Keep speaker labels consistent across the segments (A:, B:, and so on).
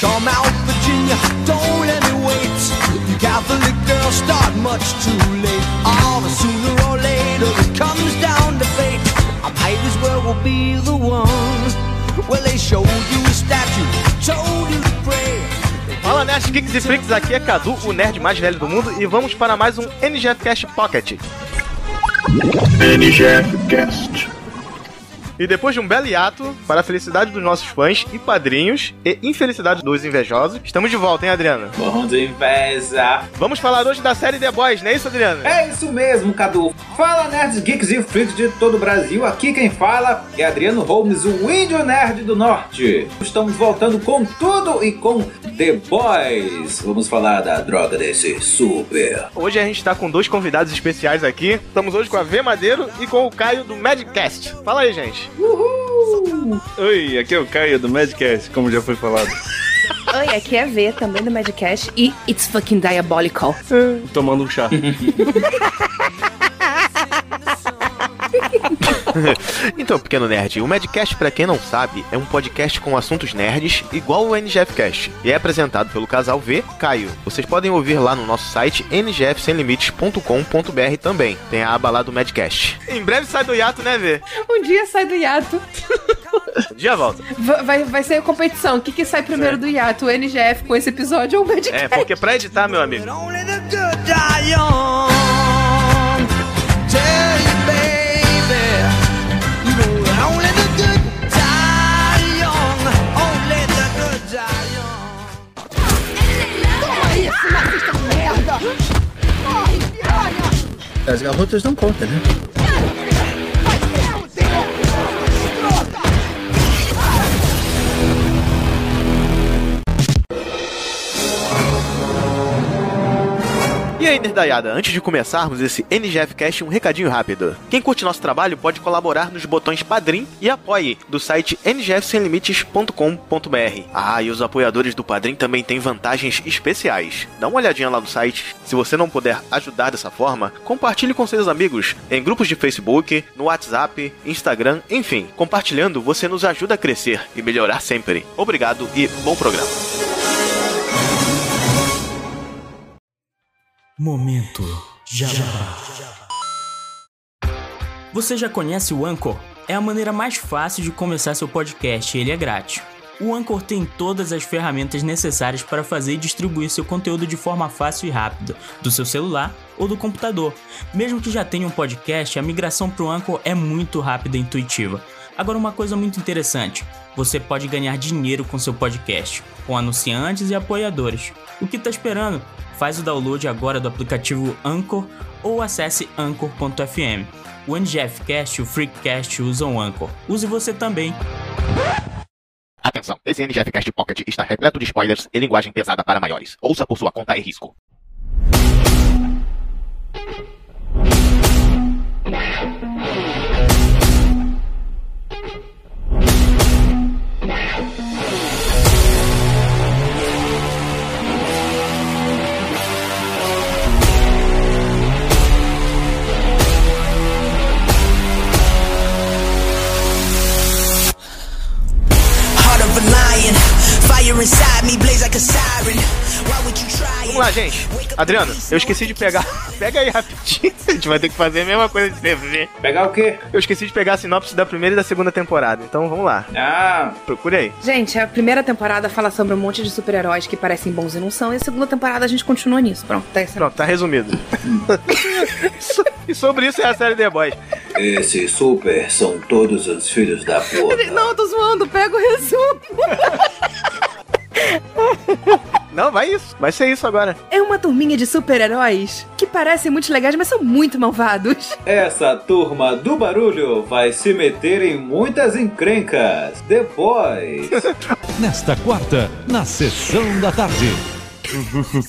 A: Come out, Virginia, don't let me wait. You Catholic girls start much too late. All the sooner or later it comes down to fate. I might as well be the one. Well, they showed you a statue, told you to pray.
B: Fala Nerds, Kicks e Freaks, aqui é Cadu, o nerd mais velho do mundo, e vamos para mais um NGF Cast Pocket.
C: NGF Cast.
B: E depois de um belo hiato, para a felicidade dos nossos fãs e padrinhos, e infelicidade dos invejosos, estamos de volta, hein, Adriana?
D: Quando inveja.
B: Vamos falar hoje da série The Boys, não é isso, Adriana?
D: É isso mesmo, Cadu. Fala, nerds, geeks e freaks de todo o Brasil. Aqui quem fala é Adriano Holmes, o índio nerd do norte. Estamos voltando com tudo e com The Boys. Vamos falar da droga desse super.
B: Hoje a gente tá com dois convidados especiais aqui. Estamos hoje com a V Madeiro e com o Caio do Madcast. Fala aí, gente.
E: Oi, aqui é o Caio do Madcast, como já foi falado.
F: Oi, aqui é a V, também do Madcast, e It's Fucking Diabolical.
E: Tomando um chá.
B: Então, pequeno nerd, o Madcast, pra quem não sabe, é um podcast com assuntos nerds, igual o NGF Cast, e é apresentado pelo casal V, Caio. Vocês podem ouvir lá no nosso site ngfsemlimites.com.br também. Tem a aba lá do Madcast. Em breve sai do hiato, né, V?
F: Um dia sai do hiato.
B: Já volta.
F: Va- Vai, vai ser competição. O que, que sai primeiro do hiato? O NGF com esse episódio ou o Magic?
B: É, porque pra editar, meu amigo.
A: But only the good die young. Tell you, baby, you know that only the good die young. Only the good die young.
G: As garotas não contam, né?
B: E aí, Nerdaiada, antes de começarmos esse NGF Cast, um recadinho rápido. Quem curte nosso trabalho pode colaborar nos botões Padrim e Apoie, do site ngfsemlimites.com.br. Ah, e os apoiadores do Padrim também têm vantagens especiais. Dá uma olhadinha lá no site. Se você não puder ajudar dessa forma, compartilhe com seus amigos, em grupos de Facebook, no WhatsApp, Instagram, enfim. Compartilhando, você nos ajuda a crescer e melhorar sempre. Obrigado e bom programa.
H: Momento Jabá. Você já conhece o Anchor? É a maneira mais fácil de começar seu podcast e ele é grátis. O Anchor tem todas as ferramentas necessárias para fazer e distribuir seu conteúdo de forma fácil e rápida, do seu celular ou do computador. Mesmo que já tenha um podcast, a migração para o Anchor é muito rápida e intuitiva. Agora, uma coisa muito interessante: você pode ganhar dinheiro com seu podcast, com anunciantes e apoiadores. O que está esperando? Faz o download agora do aplicativo Anchor ou acesse anchor.fm. O NGF Cast e o Freakcast usam Anchor. Use você também.
B: Atenção, esse NGF Cast Pocket está repleto de spoilers e linguagem pesada para maiores. Ouça por sua conta e risco.
A: Heart of a lion, fire inside me, blaze like a siren. Why would you try
B: Vamos lá, gente. Adriano, eu esqueci de pegar. Pega aí rapidinho. A gente vai ter que fazer a mesma coisa de TV.
D: Pegar o quê?
B: Eu esqueci de pegar a sinopse da primeira e da segunda temporada. Então vamos lá.
D: Ah,
B: Procure aí.
F: Gente, a primeira temporada fala sobre um monte de super-heróis que parecem bons e não são, e a segunda temporada a gente continua nisso. Pronto, tá isso.
B: Pronto, tá resumido. So- e sobre isso é a série The Boys.
D: esses super são todos os filhos da puta.
F: Não, eu tô zoando, pega o resumo.
B: Não, vai isso. Vai ser isso agora.
F: É uma turminha de super-heróis que parecem muito legais, mas são muito malvados.
D: Essa turma do barulho vai se meter em muitas encrencas. The Boys.
I: Nesta quarta, na sessão da tarde.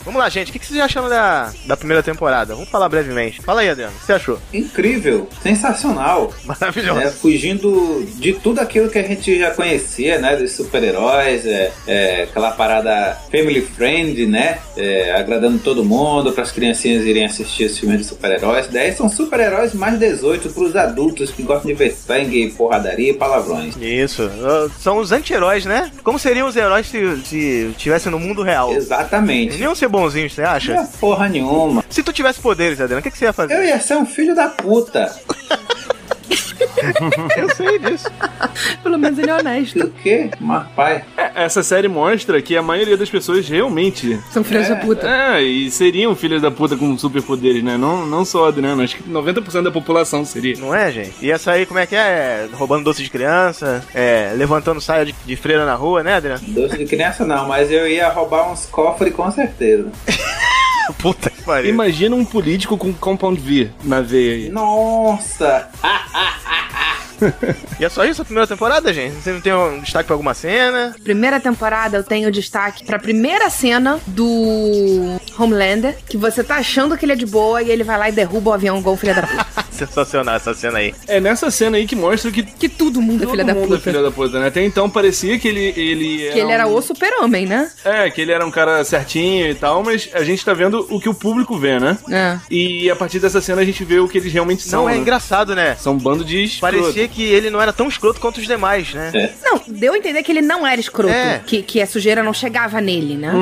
B: Vamos lá, gente. O que que vocês acharam da, da primeira temporada? Vamos falar brevemente. Fala aí, Adriano. O que você achou?
D: Incrível, sensacional.
B: Maravilhosa.
D: né, fugindo de tudo aquilo que a gente já conhecia, né? Dos super-heróis, é, é, aquela parada family friend, né? é, agradando todo mundo, para as criancinhas irem assistir os filmes de super-heróis. Daí são super-heróis mais 18 para os adultos que gostam de ver sangue, porradaria e palavrões.
B: Isso. Ah, São os anti-heróis, né? Como seriam os heróis se, se tivessem no mundo real? Eles
D: Exatamente.
B: nem iam ser bonzinhos, você acha?
D: Não é porra nenhuma.
B: Se tu tivesse poderes, Adriano, o que, que você ia fazer?
D: Eu ia ser um filho da puta.
B: Eu sei disso.
F: Pelo menos ele é honesto.
D: O quê? Mas pai.
E: É, Essa série mostra que a maioria das pessoas realmente
F: São filhos da puta.
E: É, e seriam filhas da puta com superpoderes, né? Não, não só Adriano, acho que 90% da população seria.
B: Não é, gente? Ia sair, como é que é? Roubando doce de criança, é, levantando saia de, de freira na rua, né, Adriano?
D: Doce de criança não, mas eu ia roubar uns cofres com certeza.
B: Puta que pariu.
E: Imagina um político com Compound V na veia aí.
D: Nossa!
B: E é só isso a primeira temporada, gente? Você não tem um destaque pra alguma cena?
F: Primeira temporada eu tenho destaque pra primeira cena do Homelander, que você tá achando que ele é de boa e ele vai lá e derruba o avião igual um filho da puta.
B: Ah, Sensacional essa cena aí.
E: É nessa cena aí que mostra que
F: Que todo mundo é
E: todo
F: filho da
E: mundo
F: puta.
E: é filha da puta, né? Até então parecia que ele, ele era
F: Que ele era
E: um-
F: o super-homem, né?
E: É, que ele era um cara certinho e tal, mas a gente tá vendo o que o público vê, né?
F: É.
E: E a partir dessa cena a gente vê o que eles realmente são,
B: Não, é
E: né?
B: engraçado, né?
E: São um bando de escroto.
B: Parecia que ele não era tão escroto quanto os demais, né?
F: Não, deu a entender que ele não era escroto,
B: É.
F: que, que a sujeira não chegava nele, né?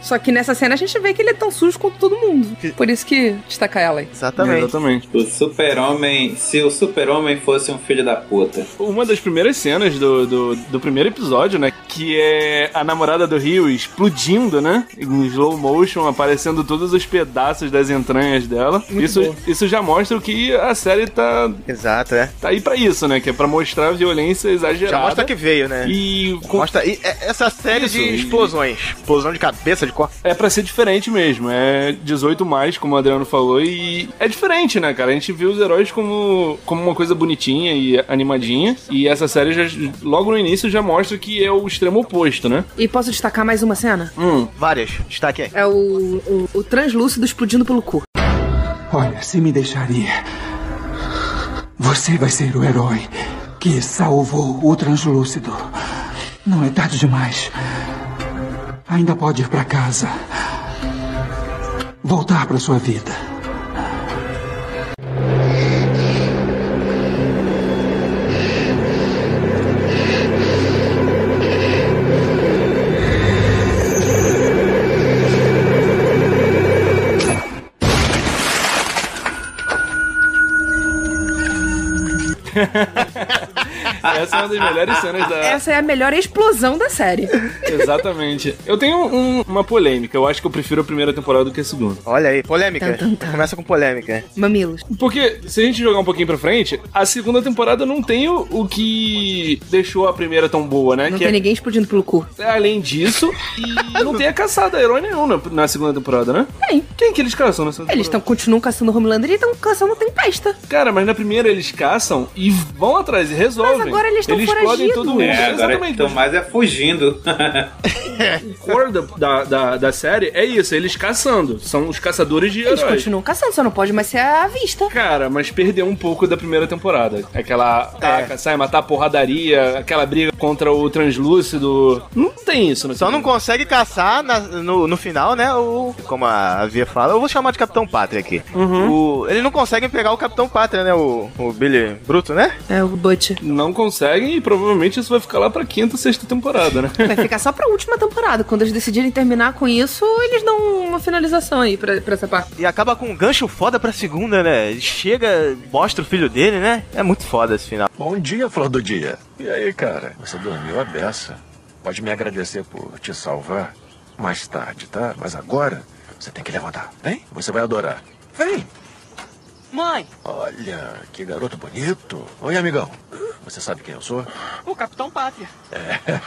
F: Só que nessa cena a gente vê que ele é tão sujo quanto todo mundo. Por isso que destaca ela aí.
B: Exatamente.
E: Exatamente.
D: O super-homem, se o super-homem fosse um filho da puta.
E: Uma das primeiras cenas do, do, do primeiro episódio, né? Que é a namorada do Rio explodindo, né? Em slow motion, aparecendo todos os pedaços das entranhas dela. Isso, isso já mostra que a série tá,
B: Exato, é.
E: tá aí pra isso, né? Que é pra mostrar a violência exagerada.
B: Já mostra que veio, né?
E: E com-
B: Mostra e- é- essa série
E: Isso,
B: de
E: e-
B: explosões. Explosão de cabeça, de corpo.
E: é pra ser diferente mesmo. É 18 mais, como o Adriano falou, e é diferente, né, cara? A gente viu os heróis como, como uma coisa bonitinha e animadinha. E essa série já, logo no início já mostra que é o extremo oposto, né?
F: E posso destacar mais uma cena?
E: Hum.
B: Várias. Destaque aí.
F: É o, o, o translúcido explodindo pelo cu.
C: Olha, se me deixaria, você vai ser o herói que salvou o translúcido. Não é tarde demais. Ainda pode ir para casa. Voltar para sua vida.
E: Essa é uma das melhores cenas da.
F: Essa é a melhor explosão da série.
E: Exatamente. Eu tenho um- uma polêmica. Eu acho que eu prefiro a primeira temporada do que a segunda.
B: Olha aí, polêmica.
F: Tum, tum, tum.
B: Começa com polêmica.
F: Mamilos.
E: Porque se a gente jogar um pouquinho pra frente, a segunda temporada não tem o, o que deixou a primeira tão boa, né?
F: Não
E: que
F: tem
E: é-
F: ninguém explodindo pelo cu.
E: Além disso, e não tem a caçada herói nenhum na, na segunda temporada, né?
F: Tem.
E: Quem que eles caçam na segunda
F: Eles
E: temporada?
F: estão continuam caçando o Homelander e estão caçando a Tempesta.
E: Cara, mas na primeira eles caçam e vão atrás e resolvem.
F: Mas agora eles estão
E: explodem
F: foragidos.
E: todo mundo.
D: É, agora
E: Exatamente.
D: então mais é fugindo.
E: O core da, da, da, da série é isso, eles caçando. São os caçadores de
F: Eles
E: heróis.
F: continuam caçando, só não pode mais ser à vista.
E: Cara, mas perdeu um pouco da primeira temporada. Aquela
B: É.
E: taca, sai matar porradaria, aquela briga contra o translúcido. Não tem isso, né?
B: Só não consegue caçar na- no, no final, né? O. Como a Via fala, eu vou chamar de Capitão Pátria aqui.
E: Uhum.
B: O, eles não conseguem pegar o Capitão Pátria, né? O, o Billy Bruto, né?
F: É, o Butch.
E: Não conseguem e provavelmente isso vai ficar lá pra quinta, sexta temporada, né?
F: Vai ficar só pra última temporada. Quando eles decidirem terminar com isso, eles dão uma finalização aí pra, pra essa parte.
B: E acaba com um gancho foda pra segunda, né? Ele Chega, mostra o filho dele, né? É muito foda esse final.
I: Bom dia, flor do dia. E aí, cara? Você dormiu a beça. Pode me agradecer por te salvar mais tarde, tá? Mas agora você tem que levantar. Vem, você vai adorar. Vem!
J: Mãe,
I: Olha, que garoto bonito. Oi, amigão. Você sabe quem eu sou?
J: o Capitão Pátria.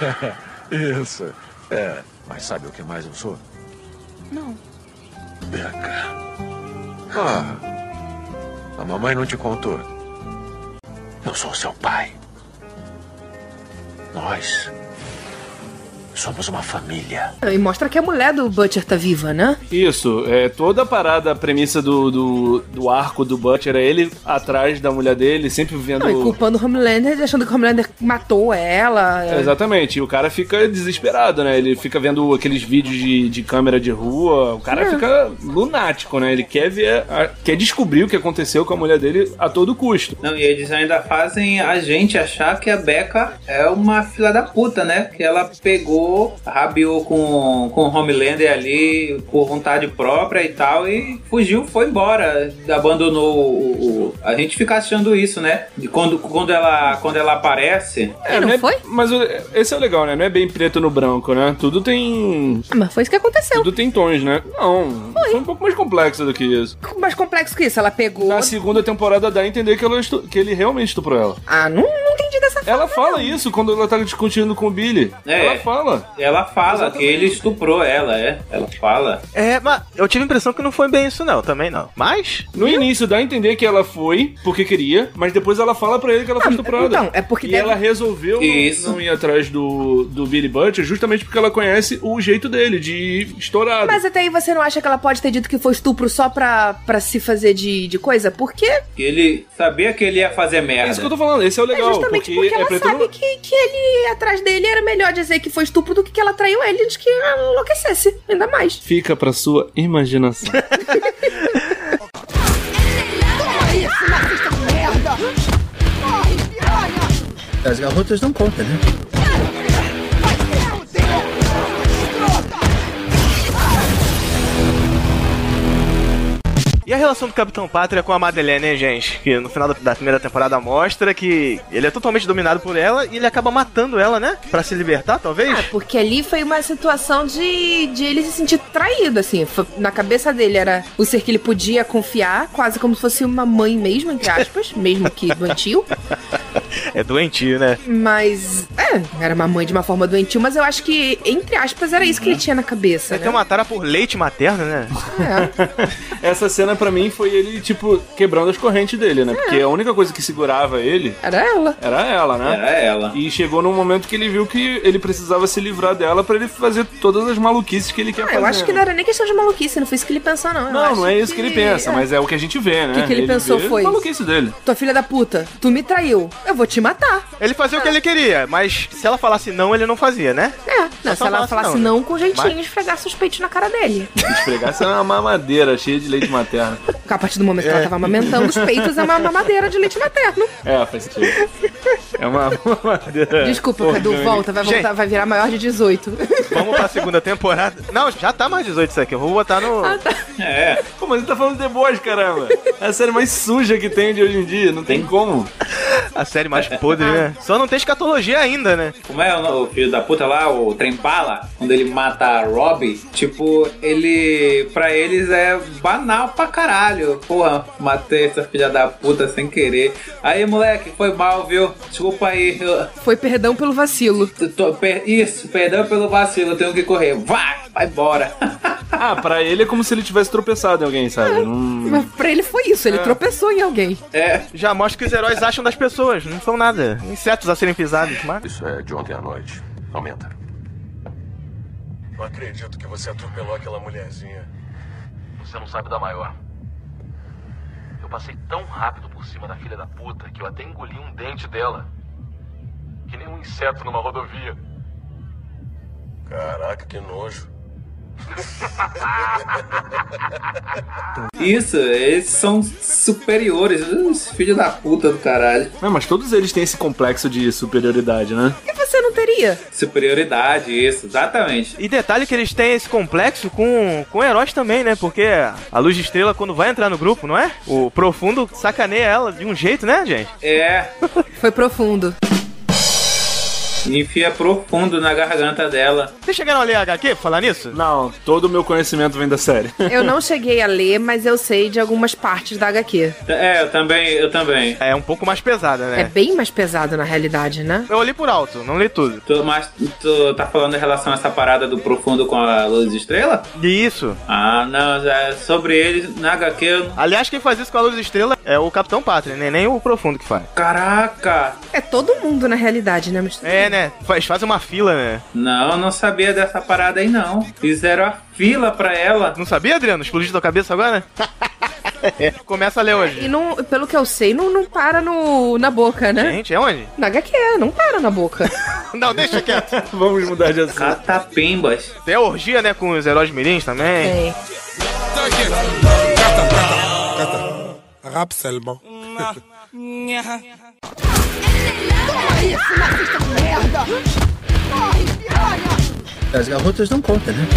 I: Isso. É, mas sabe o que mais eu sou?
J: Não.
I: Beca. Ah, a mamãe não te contou. Eu sou seu pai. Nós Somos uma família.
F: E mostra que a mulher do Butcher tá viva, né?
E: Isso, é toda a parada, a premissa do, do, do arco do Butcher é ele atrás da mulher dele, sempre vivendo.
F: Não, e culpando o Homelander, achando que o Homelander matou ela.
E: É, Exatamente, e o cara fica desesperado, né? Ele fica vendo aqueles vídeos de, de câmera de rua, o cara
F: É.
E: fica lunático, né? Ele quer ver, a- quer descobrir o que aconteceu com a mulher dele a todo custo.
D: Não, e eles ainda fazem a gente achar que a Becca é uma filha da puta, né? Que ela pegou, rabiou com, com o Homelander ali por vontade própria e tal, e fugiu, foi embora, abandonou o. o- A gente fica achando isso, né? De quando, quando, ela, quando ela aparece.
E: É, não foi? Mas o- esse é o legal, né? Não é bem preto no branco, né? Tudo tem.
F: Mas foi isso que aconteceu.
E: Tudo tem tons, né? Não, foi um pouco mais complexo do que isso.
F: Mais complexo que isso, ela pegou.
E: Na segunda temporada dá a entender que, ela estu- que ele realmente estuprou ela.
F: Ah, não, não entendi dessa
E: forma. Ela fala isso quando ela tá discutindo com o Billy.
D: É.
E: Ela fala.
D: Ela fala que ele estuprou ela, é. Ela fala.
B: É, mas eu tive a impressão que não foi bem isso, não, também não. Mas.
E: No início dá a entender que ela foi porque queria, mas depois ela fala pra ele que ela foi estuprada.
F: então, é porque
E: e
F: deve-
E: ela resolveu não-
D: Isso.
E: não ir atrás do, do Billy Butcher justamente porque ela conhece o jeito dele de estourado.
F: Mas até aí você não acha que ela pode ter dito que foi estupro só pra, pra se fazer de, de coisa? Porque
D: Que ele sabia que ele ia fazer
E: É
D: merda.
E: isso que eu tô falando, esse é o
F: é
E: legal.
F: justamente porque,
E: é
F: ela
E: preto no-
F: sabe que, que ele atrás dele era melhor dizer que foi estupro do que que ela traiu ele de que ela enlouquecesse, ainda mais.
E: Fica pra sua imaginação.
G: As garrotas dão conta, né?
B: E a relação do Capitão Pátria com a Madeleine, hein, gente? Que no final da- da primeira temporada mostra que ele é totalmente dominado por ela e ele acaba matando ela, né? Pra se libertar, talvez?
F: Ah, porque ali foi uma situação de, de ele se sentir traído, assim. Foi- Na cabeça dele era o ser que ele podia confiar, quase como se fosse uma mãe mesmo, entre aspas, mesmo que doentio.
B: É doentio, né?
F: Mas, é, era uma mãe de uma forma doentio, mas eu acho que, entre aspas, era isso que ele tinha na cabeça.
B: Até
F: Né? É,
B: mataram por leite materno, né?
E: Essa cena pra mim foi ele, tipo, quebrando as correntes dele,
F: É.
E: né? Porque a única coisa que segurava ele
F: Era ela.
E: era ela, né?
D: Era ela.
E: E chegou num momento que ele viu que ele precisava se livrar dela pra ele fazer todas as maluquices que ele quer
F: Ah,
E: fazer.
F: eu acho que não era nem questão de maluquice, não foi isso que ele pensou, não. Eu
E: Não,
F: acho
E: não é isso que ele pensa, mas é o que a gente vê, né?
F: O que que ele pensou
E: vê
F: foi?
E: a maluquice dele.
F: Tua filha da puta, tu me traiu, eu vou te matar.
B: Ele fazia o que ele queria, mas se ela falasse não, ele não fazia, né?
F: É, não, se
B: só
F: ela
B: falasse
F: falasse
B: não,
F: não,
B: né?
F: com jeitinho,
B: Mas-
F: esfregar seus peitos na cara dele.
E: Esfregasse era é uma mamadeira cheia de leite materno.
F: Porque a partir do momento que ela tava amamentando, os peitos é uma mamadeira de leite materno.
E: É, faz sentido. É uma
F: É.
E: mamadeira.
F: Desculpa, Cadu,
E: orgânica.
F: volta, vai voltar,
B: Gente.
F: vai virar maior de 18.
B: Vamos pra segunda temporada. Não, já tá mais 18 isso aqui. Eu vou botar no.
F: Ah, tá.
D: É.
E: Pô, mas ele tá falando de deboche, caramba. É a série mais suja que tem de hoje em dia, não tem como.
B: A série mais podre, né? Só não tem escatologia ainda, né?
D: Como é o, o filho da puta lá, o Trempala, quando ele mata a Robbie, tipo, ele. Pra eles é banal pra caralho. Porra, matei essa filha da puta sem querer. Aí, moleque, foi mal, viu? Desculpa aí. eu-
F: Foi perdão pelo vacilo.
D: eu tô- per- isso, perdão pelo vacilo, eu tenho que correr. Vá, vai embora.
E: Ah, pra ele é como se ele tivesse tropeçado em alguém, sabe? Não-
F: Mas pra ele foi isso, ele tropeçou em alguém.
D: é.
B: Já mostra o que os heróis acham das pessoas. Não são nada. Insetos a serem pisados, mas.
I: Isso é de ontem à noite. Aumenta. Não acredito que você atropelou aquela mulherzinha.
K: Você não sabe da maior. Eu passei tão rápido por cima da filha da puta que eu até engoli um dente dela. Que nem um inseto numa rodovia.
I: Caraca, que nojo.
D: Isso, eles são superiores. Os filhos da puta do caralho.
E: Não, mas todos eles têm esse complexo de superioridade, né?
F: E você não teria?
D: Superioridade, isso, exatamente.
B: E detalhe que eles têm esse complexo com, com heróis também, né? Porque a Luz de Estrela, quando vai entrar no grupo, não é? O Profundo sacaneia ela de um jeito, né, gente?
D: É,
F: Foi profundo.
D: enfia profundo na garganta dela.
B: Vocês chegaram a ler a HQ pra falar nisso?
E: Não, todo o meu conhecimento vem da série.
F: Eu não cheguei a ler, mas eu sei de algumas partes da HQ.
D: É, eu também, eu também.
B: É um pouco mais pesada, né?
F: É, bem mais pesado na realidade, né?
B: Eu li por alto, não li tudo.
D: Tu, mas tu tá falando em relação a essa parada do profundo com a luz de estrela?
B: E isso.
D: Ah, não, já, sobre ele, na HQ, eu não-
B: Aliás, quem faz isso com a Luz de Estrela É o Capitão Pátria, né? Nem o Profundo que faz.
D: Caraca!
F: É todo mundo na realidade, né? Mas tudo
B: É, né? Faz, faz uma fila, né?
D: Não, não sabia dessa parada aí não. Fizeram a fila pra ela.
B: Não sabia, Adriano? Explodiu tua cabeça agora? É, Começa a ler hoje.
F: E não, pelo que eu sei, não, não para no, na boca, né?
B: Gente, é onde?
F: Na HQ, não para na boca.
B: Não, deixa quieto. Vamos mudar de assunto.
D: Catapembas.
B: Tem a orgia, né? Com os heróis mirins também.
F: Tem.
L: Rap seulement.
A: Toma isso, nazista de merda! Corre, piranha!
G: As garotas dão conta, né?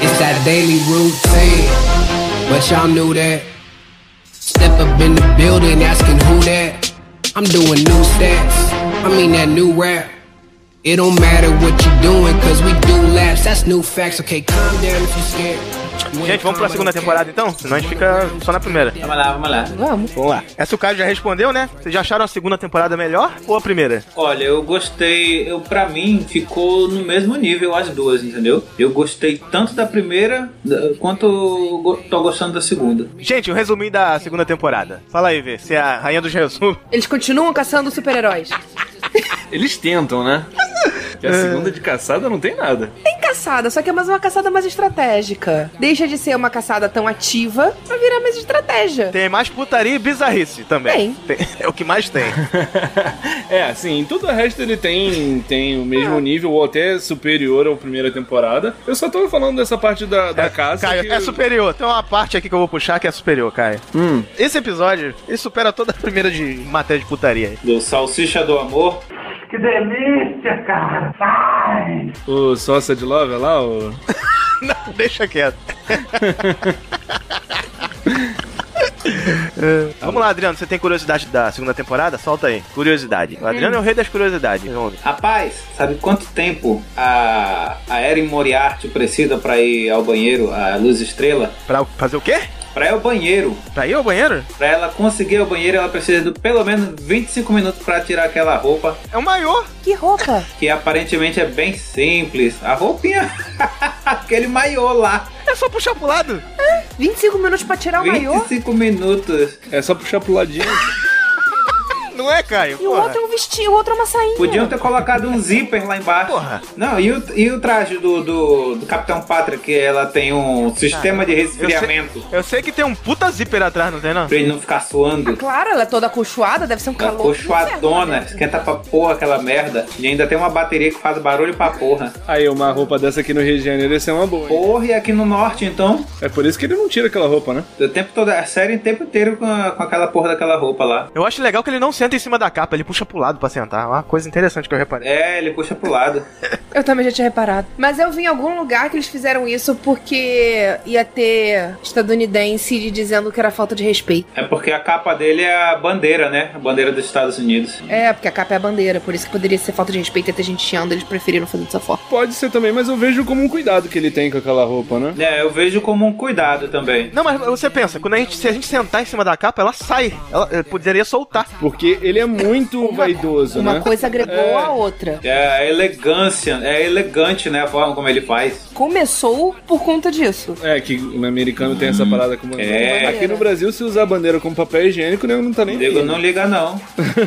M: It's that daily routine, but y'all knew that. Step up in the building, asking who that. I'm doing new stats, I mean that new rap. It don't matter what you doing, cause we do laps. That's new facts, okay? Calm down if you scared.
B: Gente, vamos pra segunda temporada então? Senão a gente fica só na primeira. Vamos
D: lá, vamos lá.
F: Vamos.
B: Vamos lá. Essa o Caio já respondeu, né? Vocês já acharam a segunda temporada melhor ou a primeira?
D: Olha, eu gostei, eu para mim ficou no mesmo nível as duas, entendeu? Eu gostei tanto da primeira da- quanto eu go- tô gostando da segunda.
B: Gente, o resuminho da segunda temporada. Fala aí, Vê. Você é a rainha dos resumos.
F: Eles continuam caçando super-heróis.
E: Eles tentam, né? Que a segunda de caçada não tem nada.
F: Tem caçada, só que é mais uma caçada mais estratégica. Deixa de ser uma caçada tão ativa pra virar mais estratégia.
B: Tem mais putaria e bizarrice também. Tem. É o que mais tem.
E: É, assim, todo o resto ele tem, tem o mesmo nível ou até superior à primeira temporada. Eu só tô falando dessa parte da, da caça.
B: Caio,
E: que-
B: é superior. Tem uma parte aqui que eu vou puxar que é superior, Caio.
E: Hum.
B: Esse episódio, ele supera toda a primeira de em matéria de putaria.
D: Do Salsicha do Amor.
A: Que delícia, cara! Ai!
E: O Sócia de Love lá, o.
B: Não, deixa quieto. É, Vamos lá, Adriano. Você tem curiosidade da segunda temporada? Solta aí. Curiosidade. O Adriano é o rei das curiosidades. Vamos ver.
D: Rapaz, sabe quanto tempo a, a Erin Moriarty precisa pra ir ao banheiro, a Luz Estrela?
B: Pra fazer o quê?
D: Pra ir ao banheiro.
B: Pra ir ao banheiro?
D: Pra ela conseguir ir ao banheiro, ela precisa de pelo menos 25 minutos pra tirar aquela roupa,
B: É um maior.
F: Que roupa?
D: que aparentemente é bem simples. A roupinha, aquele maiô lá.
B: É só puxar pro lado.
F: 25 minutos pra tirar o É um maiô?
D: 25 minutos.
E: É só puxar pro ladinho.
B: Não é, Caio?
F: E o
B: Porra.
F: outro é um vestido, o outro é uma sainha.
D: Podiam ter colocado um zíper lá embaixo.
B: Porra.
D: Não, e o, e o traje do, do, do Capitão Pátria, que ela tem um sistema de resfriamento
B: Tá. Eu sei, eu sei que tem um puta zíper atrás, não tem não?
D: pra ele não ficar suando.
F: Claro, ela é toda acolchoada, deve ser um
D: Ela
F: calor.
D: cochoadona, esquenta pra porra aquela merda. E ainda tem uma bateria que faz barulho pra porra.
E: Aí, uma roupa dessa aqui no Rio de Janeiro ia ser uma boa. hein?
D: Porra, e aqui no norte então?
E: É por isso que ele não tira aquela roupa, né?
D: O tempo todo, a série o tempo inteiro com, a- com aquela porra daquela roupa lá.
B: Eu acho legal que ele não senta em cima da capa, ele puxa pro lado pra sentar. É Uma coisa interessante que eu reparei.
D: É, ele puxa pro lado.
F: Eu também já tinha reparado. Mas eu vi em algum lugar que eles fizeram isso porque ia ter estadunidense dizendo que era falta de respeito.
D: É porque a capa dele é a bandeira, né? A bandeira dos Estados Unidos.
F: É, porque a capa é a bandeira, por isso que poderia ser falta de respeito e ter gente chiando, eles preferiram fazer dessa forma.
E: Pode ser também, mas eu vejo como um cuidado que ele tem com aquela roupa, né?
D: É, eu vejo como um cuidado também.
B: Não, mas você pensa, quando a gente, se a gente sentar em cima da capa, ela sai. Ela, eh, poderia soltar.
E: Porque ele é muito vaidoso,
F: Uma
E: né?
F: coisa agregou a outra.
D: É a elegância, é elegante, né? A forma como ele faz.
F: Começou por conta disso.
E: É, que o americano tem
B: Hum.
E: essa parada com bandeira.
D: É.
E: Aqui no Brasil, se usar a bandeira como papel higiênico, o nego não tá nem.
D: O nego
E: aí,
D: não
E: né?
D: liga, não.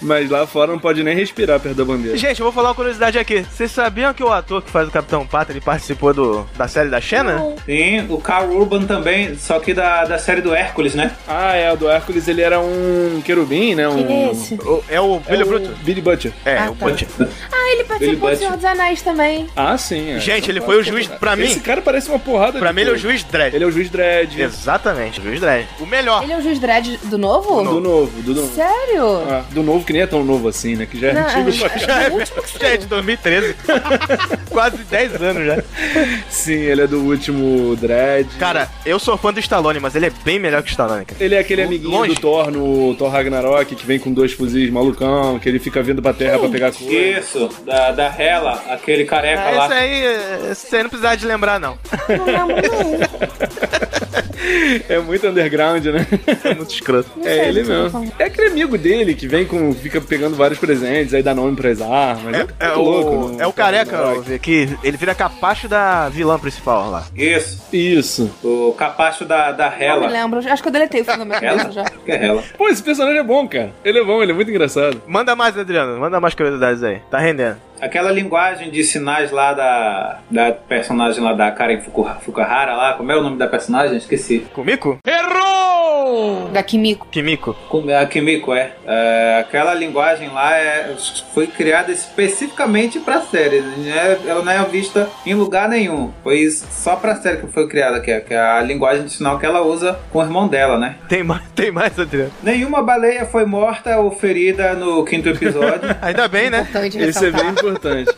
E: Mas lá fora não pode nem respirar perto da bandeira.
B: Gente, eu vou falar uma curiosidade aqui. Vocês sabiam que o ator que faz o Capitão Pátria, ele participou do, da série da Xena?
D: Sim, o Carl Urban também, só que da, da série do Hércules, né?
E: Ah, é, o do Hércules ele era um querubim, né? Um...
F: Quem é esse?
B: O- é o Billy
E: o
B: Bruto.
E: Billy Butcher.
B: É,
F: Ah,
B: o
F: tá.
B: Butcher.
F: Ah, ele
D: Billy
F: participou do
D: Batson.
F: Senhor dos Anéis também.
E: Ah, sim. é.
B: Gente, ele
E: Então,
B: foi o
E: pô,
B: juiz,
E: cara,
B: pra
E: Esse
B: mim,
E: cara parece uma porrada
B: pra
E: de
B: mim ele é o
E: coisa.
B: juiz Dredd.
E: Ele é o juiz Dredd.
B: Exatamente, o juiz Dredd. O melhor.
F: Ele é o Juiz Dredd do novo?
E: Do novo, do novo.
F: Sério?
E: Ah, do novo que nem é tão novo assim, né? Que já é
F: Não,
E: antigo. pra caralho.
F: acho que é o último que
B: Já é de
F: saiu.
B: 2013. Quase 10 anos já.
E: Sim, ele é do último Dredd.
B: Cara, eu sou fã do Stallone, mas ele é bem melhor que o Stallone, cara.
E: Ele é aquele amiguinho
B: Longe.
E: do Thor no Thor Ragnarok, que vem com dois fuzis malucão, que ele fica vindo pra terra pra pegar coisa.
D: Isso, da, da Hela, aquele careca
B: Ah,
D: Tá lá.
B: esse aí, eh, você não precisar de lembrar, não.
F: Não lembro, não.
E: É muito underground, né? É
B: muito escroto.
E: É ele mesmo. É aquele amigo dele que vem com. fica pegando vários presentes, aí dá nome pras armas. É,
B: É
E: muito
B: o,
E: louco. né?
B: é o careca, ó, que ele vira capacho da vilã principal lá.
D: Isso.
E: Isso.
D: O capacho da, da
F: Não me
D: Hela.
F: lembro, acho que eu deletei o filme da minha
D: Ela?
F: cabeça já.
D: Que é Hela.
E: Pô, esse personagem é bom, cara. Ele é bom, ele é muito engraçado.
B: Manda mais, Adriano, manda mais curiosidades aí. Tá rendendo.
D: Aquela linguagem de sinais lá da, da personagem lá da Karen Fuku- Fukuhara lá, como é o nome da personagem? Esqueci.
B: Kumiko?
D: Errou!
F: Da Kimiko.
B: Kimiko.
D: A Kimiko, é. É, Aquela linguagem lá é, foi criada especificamente pra série. não é- Ela não é vista em lugar nenhum. Foi só pra série que foi criada, que é, que é a linguagem de sinal que ela usa com o irmão dela, né?
B: Tem mais, tem mais, Adriano.
D: Nenhuma baleia foi morta ou ferida no quinto episódio.
B: Ainda bem, né?
E: Isso é bem importante.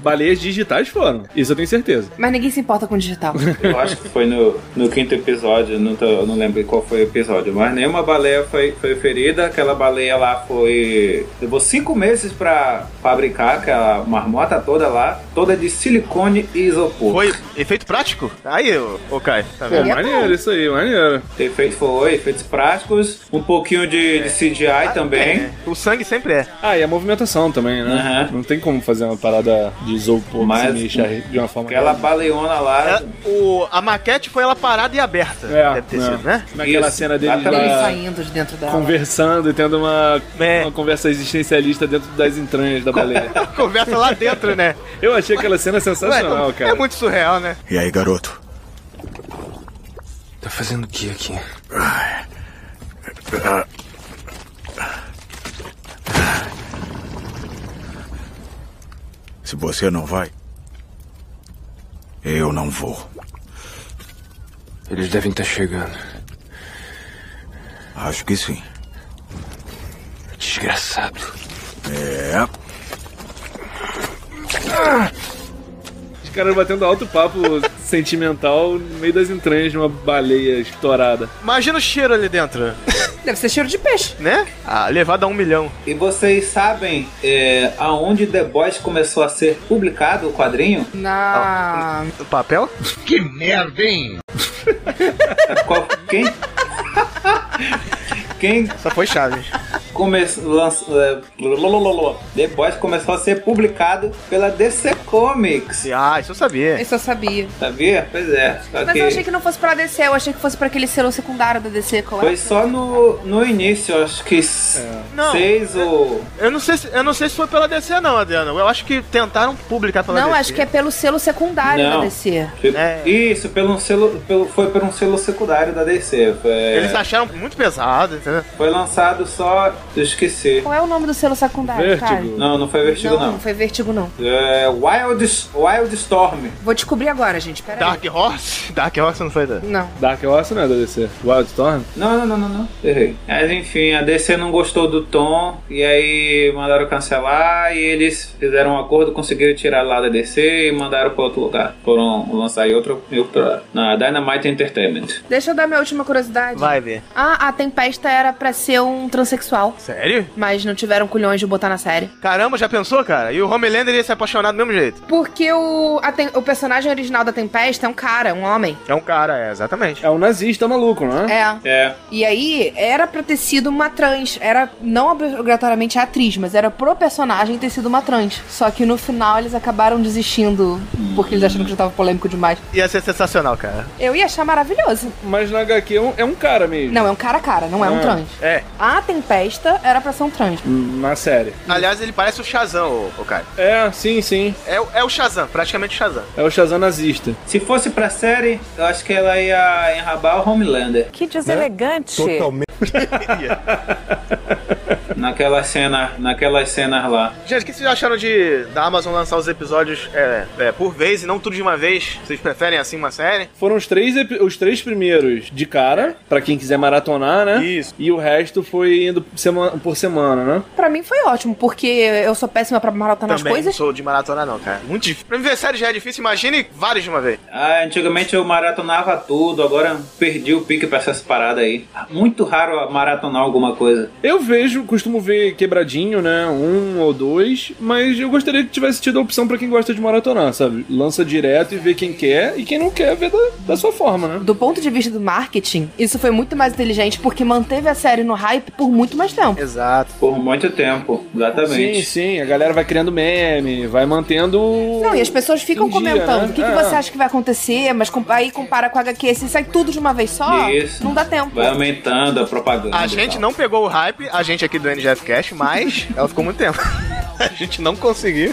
E: Baleias digitais foram. Isso eu tenho certeza.
F: Mas ninguém se importa com o digital.
D: Eu acho que foi no, no quinto episódio, não, tô- eu não lembro qual foi o episódio, mas nenhuma baleia foi, foi ferida. Aquela baleia lá foi. Levou cinco meses pra fabricar aquela marmota toda lá, toda de silicone e isopor.
B: Foi efeito prático? Aí, ô ô, Caio, tá
E: Pô,
B: vendo?
E: É maneiro isso aí, maneiro.
D: Efeito foi, efeitos práticos, um pouquinho de, de CGI
E: É.
D: também.
B: O sangue sempre é.
E: Ah, e a movimentação também, né? Não tem como fazer uma parada de isopor
D: Mas-
E: Mas, de uma forma...
D: Aquela baleona lá.
B: É, o, a maquete foi ela parada e aberta.
E: É,
B: deve ter
E: né?
B: sido, né?
E: Naquela
D: Isso,
E: cena dele
D: exatamente.
E: lá
F: Saindo de dentro dela.
E: conversando e tendo uma,
B: É.
E: uma conversa existencialista dentro das entranhas da baleia.
B: Conversa lá dentro, né?
E: Eu achei aquela cena sensacional,
B: Ué,
E: cara.
B: É muito surreal, né?
I: E aí, garoto? Tá fazendo o que aqui?
N: Se você não vai, eu não vou.
I: Eles devem estar chegando.
N: Acho que sim.
I: Desgraçado.
N: É.
E: Os caras batendo alto papo sentimental no meio das entranhas de uma baleia estourada.
B: Imagina o cheiro ali dentro,
F: Deve ser cheiro de peixe.
B: né? Ah, levado a um milhão.
D: E vocês sabem é, aonde The Boys começou a ser publicado o quadrinho?
F: Na.
B: O papel?
D: Que merda, hein? Qual, quem? quem?
B: Só foi Chaves.
D: Começou, lança, é, lolololô. The Boys começou a ser publicado pela DC Comics.
B: Ah, isso eu sabia.
F: Isso eu sabia.
D: Sabia? Pois é. Só
F: Mas
D: que
F: eu achei que não fosse pra DC, eu achei que fosse pra aquele selo secundário da DC. Qual
D: Foi
F: é?
D: só no, no início, acho que s-
B: Não.
D: seis
F: É.
D: ou.
B: Eu não, sei se, eu não sei se foi pela DC, não, Adriano. Eu acho que tentaram publicar pela DC.
F: Não, acho que é pelo selo secundário
D: Não.
F: da DC.
D: tipo, Isso, pelo selo, pelo, foi por um selo secundário da DC. Foi,
B: Eles acharam muito pesado, entendeu?
D: foi lançado só. Eu esqueci.
F: Qual é o nome do selo secundário, cara?
D: Não, não foi vertigo,
F: não,
D: não.
F: não foi Vertigo, não.
D: É, Wild, Wild Storm.
F: Vou descobrir agora, gente. Pera
D: Tá.
F: aí.
B: Dark Horse? Dark Horse não foi da.
F: Não.
E: Dark Horse não é da DC. Wildstorm?
D: Não, não, não, não, não. Errei. Mas enfim, a DC não gostou do tom e aí mandaram cancelar e eles fizeram um acordo, conseguiram tirar lá da DC e mandaram pra outro lugar. Foram lançar em outro, em outro lugar. na Dynamite Entertainment.
F: Deixa eu dar minha última curiosidade.
B: Vai ver.
F: Ah, a Tempesta era pra ser um transexual.
B: Sério?
F: Mas não tiveram culhões de botar na série.
B: Caramba, já pensou, cara? E o Homelander ia se apaixonar do mesmo jeito.
F: Porque o, a Tem- o personagem original da Tempesta é um cara, um homem.
B: É um cara, é, exatamente.
E: É um nazista maluco, não é?
F: É.
D: É.
F: E aí, era pra ter sido uma trans. Era não obrigatoriamente a atriz, mas era pro personagem ter sido uma trans. Só que no final eles acabaram desistindo porque eles acharam que já tava polêmico demais.
B: Ia ser sensacional, cara.
F: Eu ia achar maravilhoso.
E: Mas na HQ é um, é um cara mesmo.
F: Não, é um cara a cara, não é um
E: Ah,
F: trans.
B: É.
F: A Tempesta era pra ser um trans.
E: Hum, Na série.
B: Aliás, ele parece o Shazam, o, cara.
E: É, sim, sim.
B: É, o- é o Shazam, praticamente o Shazam.
E: É o Shazam nazista.
D: Se fosse pra série, eu acho que ela ia enrabar o Homelander.
B: Né?
O: Que deselegante.
D: Naquela cena, naquelas cenas lá.
B: Gente, o que vocês acharam de da Amazon lançar os episódios é, é, por vez e não tudo de uma vez? Vocês preferem assim uma série?
E: Foram os três, epi- os três primeiros de cara, pra quem quiser maratonar, né? Isso. E o resto foi indo semana, por semana, né?
F: Pra mim foi ótimo, porque eu sou péssima pra maratonar
B: Também
F: as coisas.
B: não sou de maratona não, cara. Muito difícil. Pra mim ver série já é difícil, imagine vários de uma vez.
D: Ah, antigamente eu maratonava tudo, agora perdi o pique pra essas paradas aí. Muito raro maratonar alguma coisa.
E: Eu vejo, costumo costumo ver quebradinho, né? Um ou dois, mas eu gostaria que tivesse tido a opção pra quem gosta de maratonar, sabe? Lança direto e vê quem quer, e quem não quer vê da, da sua forma, né?
F: Do ponto de vista do marketing, isso foi muito mais inteligente porque manteve a série no hype por muito mais tempo.
G: Exato.
D: Por muito tempo, exatamente.
E: Sim, sim, a galera vai criando meme, vai mantendo.
F: Não, e as pessoas ficam
E: Em dia,
F: comentando
E: né?
F: o que, que
E: É.
F: você acha que vai acontecer, mas com- aí compara com a HQ, se sai tudo de uma vez só,
D: Isso.
F: não dá tempo.
D: Vai aumentando a propaganda.
B: A
D: e
B: gente
D: tal.
B: não pegou o hype, a gente aqui do NGF Cash, mas ela ficou muito tempo. A gente não conseguiu.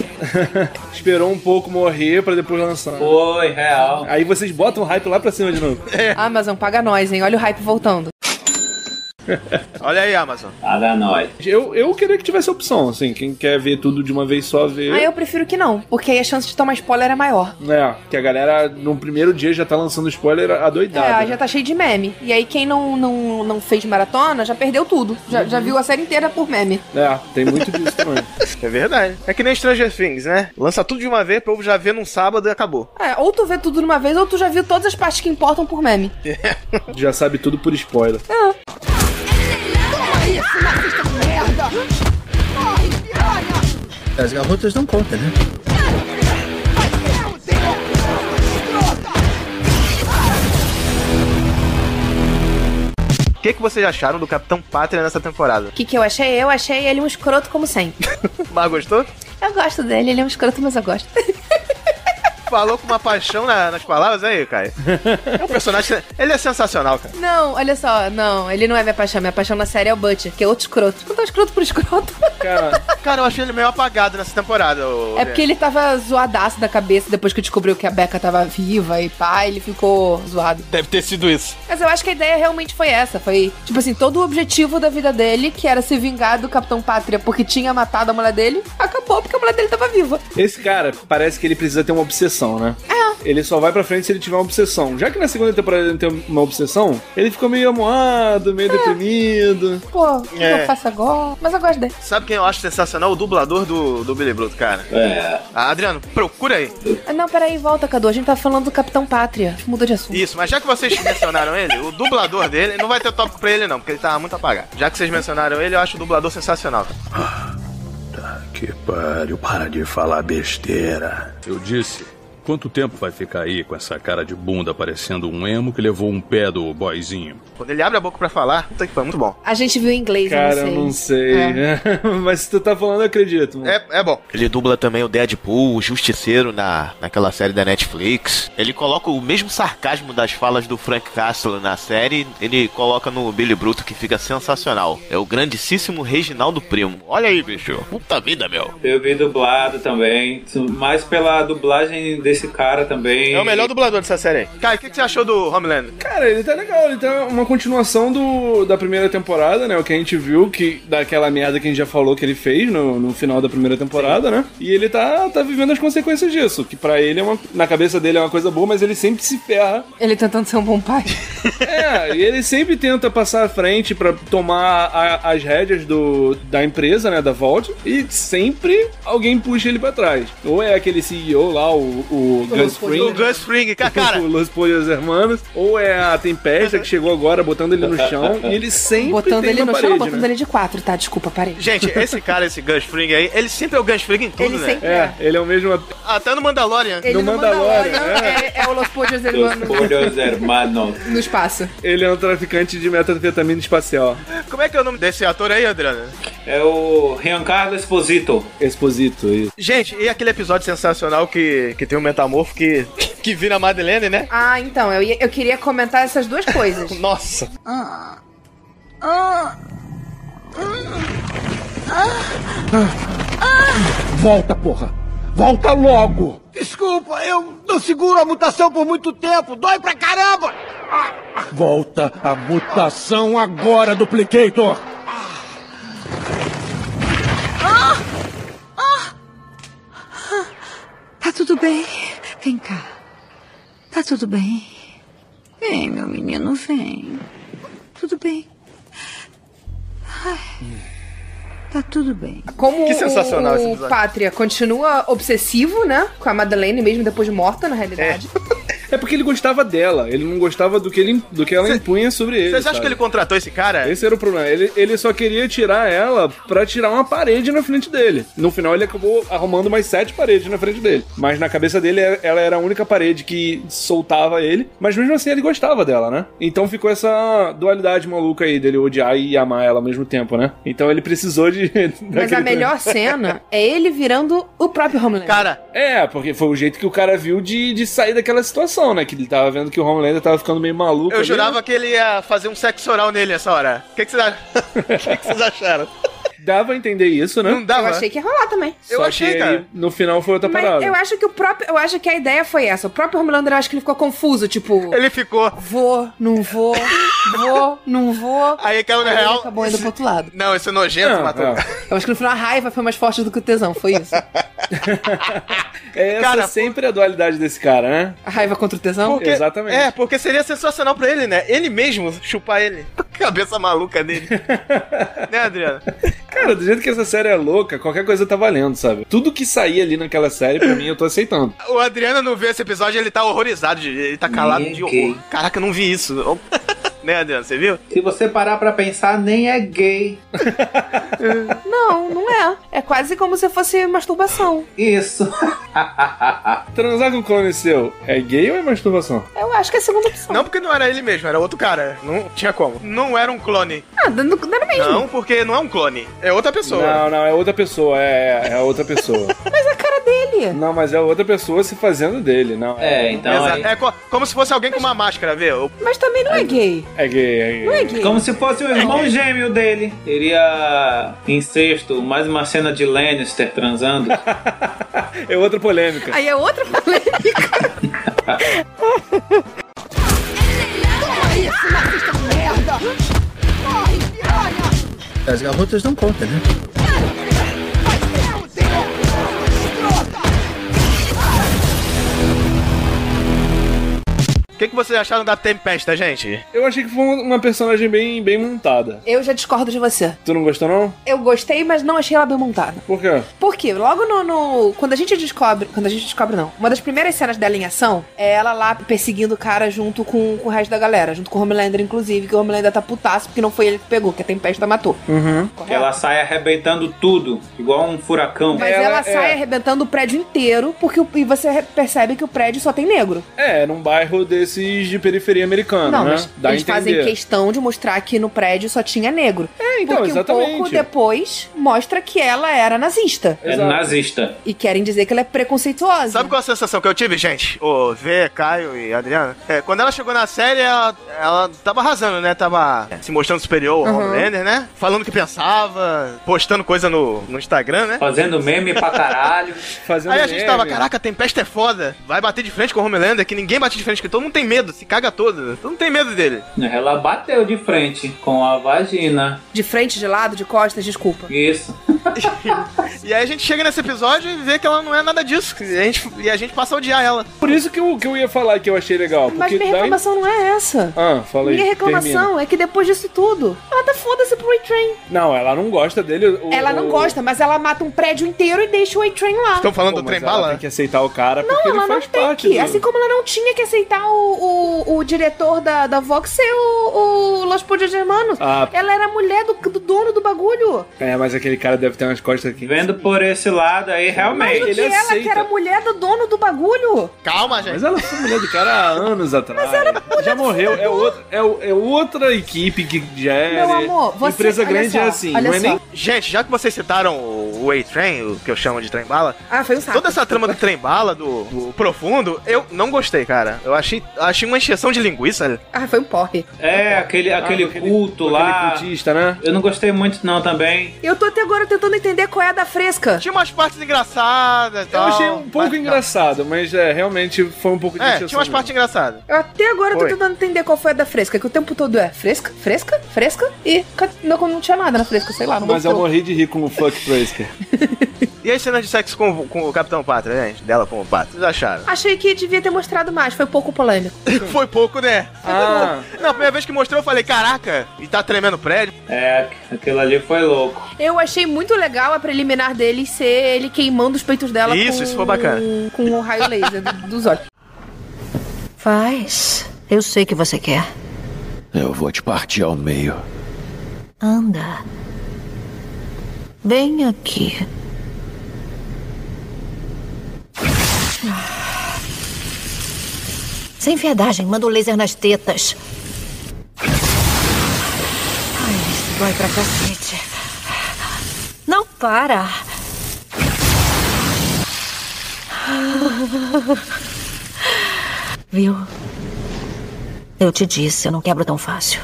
E: Esperou um pouco morrer pra depois lançar.
D: Foi, real.
E: Aí vocês botam o hype lá pra cima de novo.
F: Amazon, Ah, paga nós, hein? Olha o hype voltando.
B: Olha aí, Amazon.
D: Paga nós.
E: Eu, eu queria que tivesse opção, assim. Quem quer ver tudo de uma vez só, vê.
F: Aí Ah, eu prefiro que não, porque aí a chance de tomar spoiler é maior.
E: É, que a galera no primeiro dia já tá lançando spoiler né? adoidada.
F: É, já tá cheio de meme. E aí quem não, não, não fez maratona já perdeu tudo. Já, já viu a série inteira por meme.
E: É, tem muito disso também.
B: É verdade. É que nem Stranger Things, né? Lança tudo de uma vez, o povo já vê num sábado e acabou.
F: É, ou tu vê tudo de uma vez, ou tu já viu todas as partes que importam por meme.
E: Já sabe tudo por spoiler.
A: Toma isso, nazista de merda! Corre, piranha!
G: As garotas dão conta, né?
B: O que, que vocês acharam do Capitão Pátria nessa temporada?
F: O que, que eu achei? Eu achei ele um escroto como sempre.
B: Mas gostou?
F: Eu gosto dele, ele é um escroto, mas eu gosto.
B: Falou com uma paixão na- nas palavras aí, Caio. É um personagem. Ele é sensacional, cara.
F: Não, olha só, não, ele não é minha paixão. Minha paixão na série é o Butcher, que é outro escroto. Não tá escroto por escroto.
E: Cara,
B: Cara, eu achei ele meio apagado nessa temporada. ô,
F: É porque ele tava zoadaço da cabeça depois que descobriu que a Becca tava viva e pá, ele ficou zoado.
B: Deve ter sido isso.
F: Mas eu acho que a ideia realmente foi essa. Foi, tipo assim, todo o objetivo da vida dele, que era se vingar do Capitão Pátria porque tinha matado a mulher dele, acabou porque a mulher dele tava viva.
E: Esse cara parece que ele precisa ter uma obsessão, né? É. Ele só vai pra frente se ele tiver uma obsessão. Já que na segunda temporada ele não tem uma obsessão, ele ficou meio amuado,
F: É.
E: meio deprimido.
F: Pô, o que
B: É.
F: eu faço agora? Mas eu gosto dele.
B: Sabe quem eu acho sensacional? O dublador do, do Billy Bruto, cara.
D: É.
B: Ah, Adriano, procura aí.
F: Ah, Não, peraí, volta, Cadu. A gente tá falando do Capitão Pátria. Mudou de assunto.
B: Isso, mas já que vocês mencionaram ele, o dublador dele, não vai ter tópico pra ele não, porque ele tava muito apagado. Já que vocês mencionaram ele, eu acho o dublador sensacional. cara.
N: Que pariu, para de falar besteira.
O: Eu disse. Quanto tempo vai ficar aí com essa cara de bunda parecendo um emo que levou um pé do boyzinho?
B: Quando ele abre a boca pra falar, puta que foi muito bom.
F: A gente viu em inglês,
E: Cara,
F: eu não sei. É.
E: Mas se tu tá falando, eu acredito. Mano.
B: É, é bom. Ele dubla também o Deadpool, o Justiceiro na, naquela série da Netflix. Ele coloca o mesmo sarcasmo das falas do Frank Castle na série, ele coloca no Billy Bruto, que fica sensacional. É o grandíssimo Reginaldo Primo. Olha aí, bicho. Puta vida, meu.
D: Eu vi dublado também, mas pela dublagem desse cara também.
B: É o melhor dublador dessa série aí. Cara, o que, que você achou do Homeland?
E: Cara, ele tá legal, ele tá uma continuação do, da primeira temporada, né? O que a gente viu, que daquela merda que a gente já falou que ele fez no, no final da primeira temporada, né? E ele tá, tá vivendo as consequências disso, que pra ele é uma. Na cabeça dele é uma coisa boa, mas ele sempre se ferra.
F: Ele tentando ser um bom pai.
E: É, e ele sempre tenta passar à frente pra tomar a- as rédeas do, da empresa, né? Da Vault, e sempre alguém puxa ele pra trás. Ou é aquele CEO lá, o, o Gus Fring.
B: O Gus Fring, cara, cara.
E: O Los Pollos Hermanos, ou é a Tempesta que chegou agora botando ele no chão e ele sempre
F: Botando
E: tem
F: ele
E: na
F: no
E: parede,
F: chão, botando
E: né?
F: ele de quatro, tá? Desculpa, parei.
B: Gente, esse cara, esse Gus Fring aí, ele sempre é o Gus Fring em tudo,
F: Ele
B: né?
F: sempre
E: É, ele é o mesmo.
B: Até no Mandalorian.
F: Ele
E: No
F: no Mandalorian,
E: Mandalorian,
F: é, é o Los Pollos dele
D: Los
F: no,
D: Pollos Hermanos.
F: no espaço.
E: Ele é um traficante de metanfetamina espacial.
B: Como é que é o nome desse ator aí, Adriano?
D: É o Riancarlo Esposito.
E: Exposito, isso.
B: Gente, e aquele episódio sensacional que, que tem o metamorfo que, que vira a Madeleine, né?
F: Ah, então, eu, ia- eu queria comentar essas duas coisas.
B: Nossa.
A: Volta, porra! Volta logo! Desculpa, eu não seguro a mutação por muito tempo! Dói pra caramba!
N: Volta a mutação agora, Duplicator!
P: Tá tudo bem? Vem cá. Tá tudo bem? Vem, meu menino, vem. Tudo bem. Ai, tá tudo bem.
F: Como
P: Que
F: o-
P: sensacional esse
F: o
P: episódio.
F: Pátria continua obsessivo, né? Com a Madeleine, mesmo depois de morta, na realidade.
E: É porque ele gostava dela, ele não gostava do que, ele, do que ela impunha sobre ele.
B: Vocês acham que ele contratou esse cara?
E: Esse era o problema. Ele, ele só queria tirar ela pra tirar uma parede na frente dele. No final ele acabou arrumando mais sete paredes na frente dele. Mas na cabeça dele é, ela era a única parede que soltava ele. Mas mesmo assim ele gostava dela, né? Então ficou essa dualidade maluca aí dele odiar e amar ela ao mesmo tempo, né? Então ele precisou de.
F: Mas
E: daquele-
F: a melhor cena é ele virando o próprio Homelander.
B: Cara,
E: É, porque foi o jeito que o cara viu de, de sair daquela situação, né? Que ele tava vendo que o Homelander tava ficando meio maluco.
B: Eu
E: ali, né?
B: jurava que ele ia fazer um sexo oral nele essa hora. O que, que, vocês ach- O que que vocês acharam?
E: Dava a entender isso, né?
B: Não dava?
F: Eu achei que ia rolar também.
E: Só que aí, no final foi outra
F: Mas
E: parada.
F: eu acho que o próprio. Eu acho que a ideia foi essa. O próprio Homelander, eu acho que ele ficou confuso, tipo.
B: Ele ficou.
F: Vou, não vou, vou, não vou.
B: Aí caiu na
F: ele
B: é real.
F: Acabou indo pro outro lado.
B: Não, esse é nojento
E: Não,
B: matou.
E: não.
F: Eu acho que no final a raiva foi mais forte do que o tesão, foi isso.
E: É essa
B: Cara,
E: sempre a dualidade desse cara, né?
F: A raiva contra o tesão?
B: Porque-
E: Exatamente.
B: É, porque seria sensacional pra ele, né? Ele mesmo chupar ele. Cabeça maluca dele. né, Adriano?
E: Cara, do jeito que essa série é louca, qualquer coisa tá valendo, sabe? Tudo que sair ali naquela série, pra mim, eu tô aceitando.
B: O Adriano não vê esse episódio, ele tá horrorizado, de- ele tá calado de horror. Caraca, eu não vi isso. né, Adriano, você viu?
D: Se você parar pra pensar, nem é gay.
F: Não, não é. É quase como se fosse masturbação.
D: Isso.
E: Transar com o clone seu é gay ou é masturbação?
F: Eu acho que é a segunda opção.
B: Não, porque não era ele mesmo, era outro cara. Não tinha como. Não era um clone.
F: Ah, não, não era mesmo.
B: Não, porque não é um clone. É outra pessoa.
E: Não, não, é outra pessoa, é, é outra pessoa.
F: Mas a cara dele.
E: não, mas é outra pessoa se fazendo dele, não.
D: É, então
B: Exa-
D: aí-
B: É co- como se fosse alguém com uma máscara, vê? O-
F: Mas também não é gay.
E: É gay, é
F: Não
E: gay.
F: é gay.
D: Como se fosse o
B: É.
D: irmão gêmeo dele. Teria incesto, mais uma cena de Lannister transando.
E: É outra polêmica.
F: Aí é outra polêmica.
A: isso, nazista de merda! Corre, piranha!
G: As garrotas dão conta, né?
B: que, que vocês acharam da Tempesta, gente?
E: Eu achei que foi um, uma personagem bem, bem montada.
F: Eu já discordo de você.
E: Tu não gostou, não?
F: Eu gostei, mas não achei ela bem montada.
E: Por quê?
F: Por quê? Logo no, no- Quando a gente descobre. Quando a gente descobre, não. Uma das primeiras cenas dela em ação é ela lá perseguindo o cara junto com, com o resto da galera. Junto com o Homelander, inclusive. Que o Homelander tá putaço porque não foi ele que pegou, que a Tempesta matou.
E: Uhum.
D: Que ela sai arrebentando tudo, igual um furacão.
F: Mas ela,
B: É,
E: é.
F: sai arrebentando o prédio inteiro porque o- e você re- percebe que o prédio só tem negro.
E: É, num bairro desses de periferia americana,
F: não,
E: né?
F: mas eles fazem questão de mostrar que no prédio só tinha negro.
E: É, então,
F: porque
E: exatamente.
F: um pouco depois mostra que ela era nazista.
D: É nazista.
F: E querem dizer que ela é preconceituosa.
B: Sabe qual a sensação que eu tive, gente? O V, Caio e Adriano. É, quando ela chegou na série, ela, ela tava arrasando, né? Tava se mostrando superior ao
F: Uhum.
B: Homelander, né? Falando o que pensava, postando coisa no, no Instagram, né?
D: Fazendo meme pra caralho.
E: Fazendo
B: Aí a gente
E: meme.
B: tava, caraca, a Tempesta é foda. Vai bater de frente com o Homelander, que ninguém bate de frente, que todo mundo tem medo, se caga todo. né? Todo mundo tem medo dele.
D: Ela bateu de frente com a vagina.
F: De frente, de lado, de costas, desculpa.
D: Isso.
B: E aí a gente chega nesse episódio e vê que ela não é nada disso. E a gente, e a gente passa a odiar ela.
E: Por isso que eu, que eu ia falar que eu achei legal.
F: Mas
E: Porque
F: minha
E: daí...
F: reclamação não é essa.
E: Ah, falei.
F: minha reclamação é que depois disso tudo, ela tá foda-se pro A-Train.
E: Não, ela não gosta dele. o-
F: Ela não
E: o-
F: gosta, mas ela mata um prédio inteiro e deixa o A-Train lá.
B: Estão falando
E: Pô,
B: do
E: mas
B: trem
E: ela
B: bala? né?
E: Tem que aceitar o cara
F: Não,
E: porque
F: ela
E: ele
F: não
E: faz
F: tem
E: parte.
F: que.
E: do-
F: Assim como ela não tinha que aceitar o, o, o diretor da, da Vox ser o, o Los Podios Germanos.
E: Ah.
F: Ela era a mulher do, do dono do bagulho.
E: É, mas aquele cara deve ter umas costas aqui.
D: Vendo por esse lado aí,
F: Mas não
D: realmente.
F: tinha ela que era a mulher do dono do bagulho.
B: Calma, gente.
E: Mas ela foi mulher do cara há anos atrás. Mas ela Já morreu. É, outra, é, o- é outra equipe que já é.
F: Meu amor, você-
E: Empresa
F: olha
E: grande é
F: só,
E: assim.
F: olha
E: Não é
F: só.
E: nem.
B: Gente, já que vocês citaram o o A-Train, o que eu chamo de trem bala,
F: Ah, foi um saco.
B: toda essa trama do trem bala, do, do profundo, eu não gostei, cara. Eu achei, achei uma encheção de linguiça.
F: Ah, foi um porre.
D: É, aquele, aquele culto lá.
E: Aquele cultista, né?
D: Eu não gostei muito, não, também.
F: Eu tô até agora tentando entender qual é a da fresca.
B: Tinha umas partes engraçadas e
E: Eu
B: tal.
E: achei um pouco
B: mas-
E: engraçado, mas é, realmente foi um pouco de
B: É,
E: encheção
B: tinha umas
E: mesmo.
B: partes engraçadas.
F: Eu até agora
B: Foi.
F: tô tentando entender qual foi a da fresca, que o tempo todo é fresca, fresca, fresca e ca- não, não tinha nada na fresca, sei lá, não
E: Mas é eu
F: gostou.
E: morri de rir com o Fuck Fraser.
B: E as cenas de sexo com, com o Capitão Pátria, né, gente? Dela com o Pátria. Vocês acharam?
F: Achei que devia ter mostrado mais, foi um pouco polêmico.
B: Foi pouco, né?
E: Ah.
B: Na primeira vez que mostrou, eu falei, caraca, e tá tremendo o prédio.
D: É, aquilo ali foi louco.
F: Eu achei muito legal a preliminar dele ser ele queimando os peitos dela
B: Isso,
F: com... um
B: isso foi bacana.
F: Com o raio laser do- dos olhos.
P: Faz. Eu sei que você quer.
I: Eu vou te partir ao meio.
P: Anda. Vem aqui. Sem viadagem, manda o laser nas tetas. Ai, isso dói pra cacete. Não para. Viu? Eu te disse, eu não quebro tão fácil.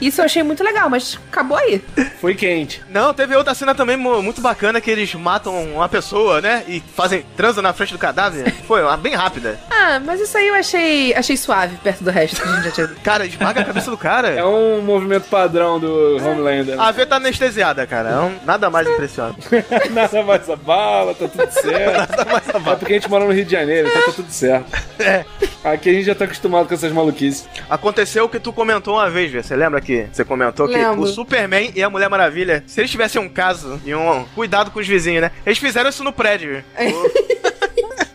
F: Isso eu achei muito legal, mas acabou aí.
B: Foi quente. Não, teve outra cena também mu- muito bacana que eles matam uma pessoa, né? E fazem transa na frente do cadáver. Foi uma bem rápida.
F: Ah, mas isso aí eu achei, achei suave perto do resto que a gente já tinha
B: Cara, esmaga a cabeça do cara. É
E: um movimento padrão do Homelander.
B: A V tá anestesiada, cara. É um- nada mais impressionante.
E: Nada mais a bala, tá tudo certo. Nada mais a bala. É porque a gente mora no Rio de Janeiro, então tá tudo certo. Aqui a gente já tá acostumado com essas maluquices.
B: Aconteceu o que tu comentou uma vez, Vê. Você lembra que você comentou que
F: Lembro.
B: o Superman e a Mulher Maravilha, se eles tivessem um caso e um cuidado com os vizinhos, né? Eles fizeram isso no prédio.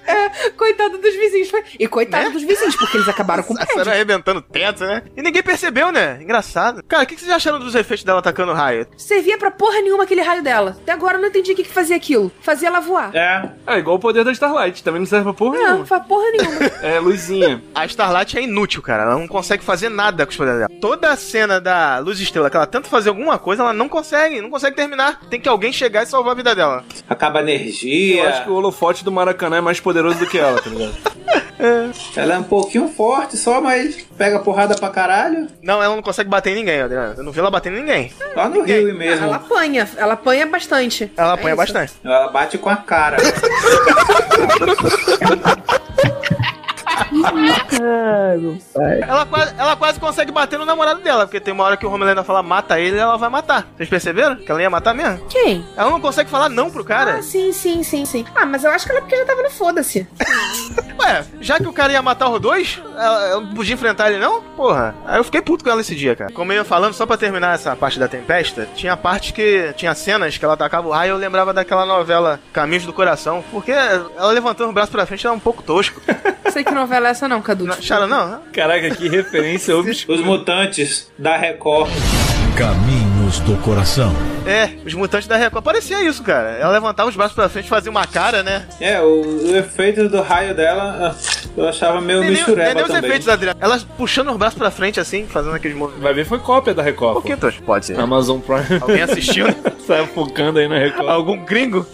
F: É, coitado dos vizinhos. foi- E coitado
B: Né?
F: dos vizinhos, porque eles acabaram com o
B: Saíram
F: prédio.
B: arrebentando o teto, né? E ninguém percebeu, né? Engraçado. Cara, o que que vocês acharam dos efeitos dela atacando o raio?
F: Servia pra porra nenhuma aquele raio dela. Até agora eu não entendi o que, que fazia aquilo. Fazia ela voar.
E: É. É igual o poder da Starlight, também não serve pra porra nenhuma.
F: Não faz porra nenhuma.
E: É, luzinha.
B: A Starlight é inútil, cara. Ela não consegue fazer nada com os poderes dela. Toda a cena da Luz Estrela, que ela tenta fazer alguma coisa, ela não consegue, não consegue terminar. Tem que alguém chegar e salvar a vida dela.
D: Acaba a energia.
E: Eu acho que o holofote do Maracanã é mais poderoso do que ela, tá ligado?
D: Ela é um pouquinho forte só, mas pega porrada pra caralho.
B: Não, ela não consegue bater em ninguém, Adriano. Eu não vi ela batendo em ninguém.
D: Lá no Rio mesmo.
F: Ela apanha, ela apanha bastante.
B: Ela
F: É
B: apanha
F: isso.
B: bastante.
D: Ela bate com a cara.
B: Ela quase, ela quase consegue bater no namorado dela, porque tem uma hora que o Homelander fala mata ele e ela vai matar. Vocês perceberam? Que ela ia matar mesmo?
F: Quem?
B: Ela não consegue falar não pro cara.
F: Ah, sim, sim, sim, sim. Ah, mas eu acho que ela é porque já tava no foda-se.
B: Ué, já que o cara ia matar os dois, ela- eu não podia enfrentar ele não? Porra. Aí eu fiquei puto com ela esse dia, cara. Como eu ia falando, só pra terminar essa parte da tempesta, tinha parte que. Tinha cenas que ela atacava o raio e eu lembrava daquela novela Caminhos do Coração, porque ela levantando o braço pra frente era um pouco tosco.
F: Sei que novela é essa não, Cadu.
B: Chara, não?
E: Caraca, que referência
D: Os mutantes da Record.
N: Caminhos do coração.
B: É, os mutantes da Record. Parecia isso, cara. Ela levantava os braços pra frente, fazia uma cara, né?
D: É, o, o efeito do raio dela ah, eu achava meio
B: Nem- nem- nem
D: mistureba
B: os
D: também.
B: efeitos, Adriano. Elas puxando os braços pra frente, assim, fazendo aqueles movimentos. Um
E: Vai ver, foi cópia da Record.
B: Por que, Tosh? Pode ser.
E: Amazon Prime.
B: Alguém assistiu?
E: Sai focando aí na Record.
B: Algum gringo?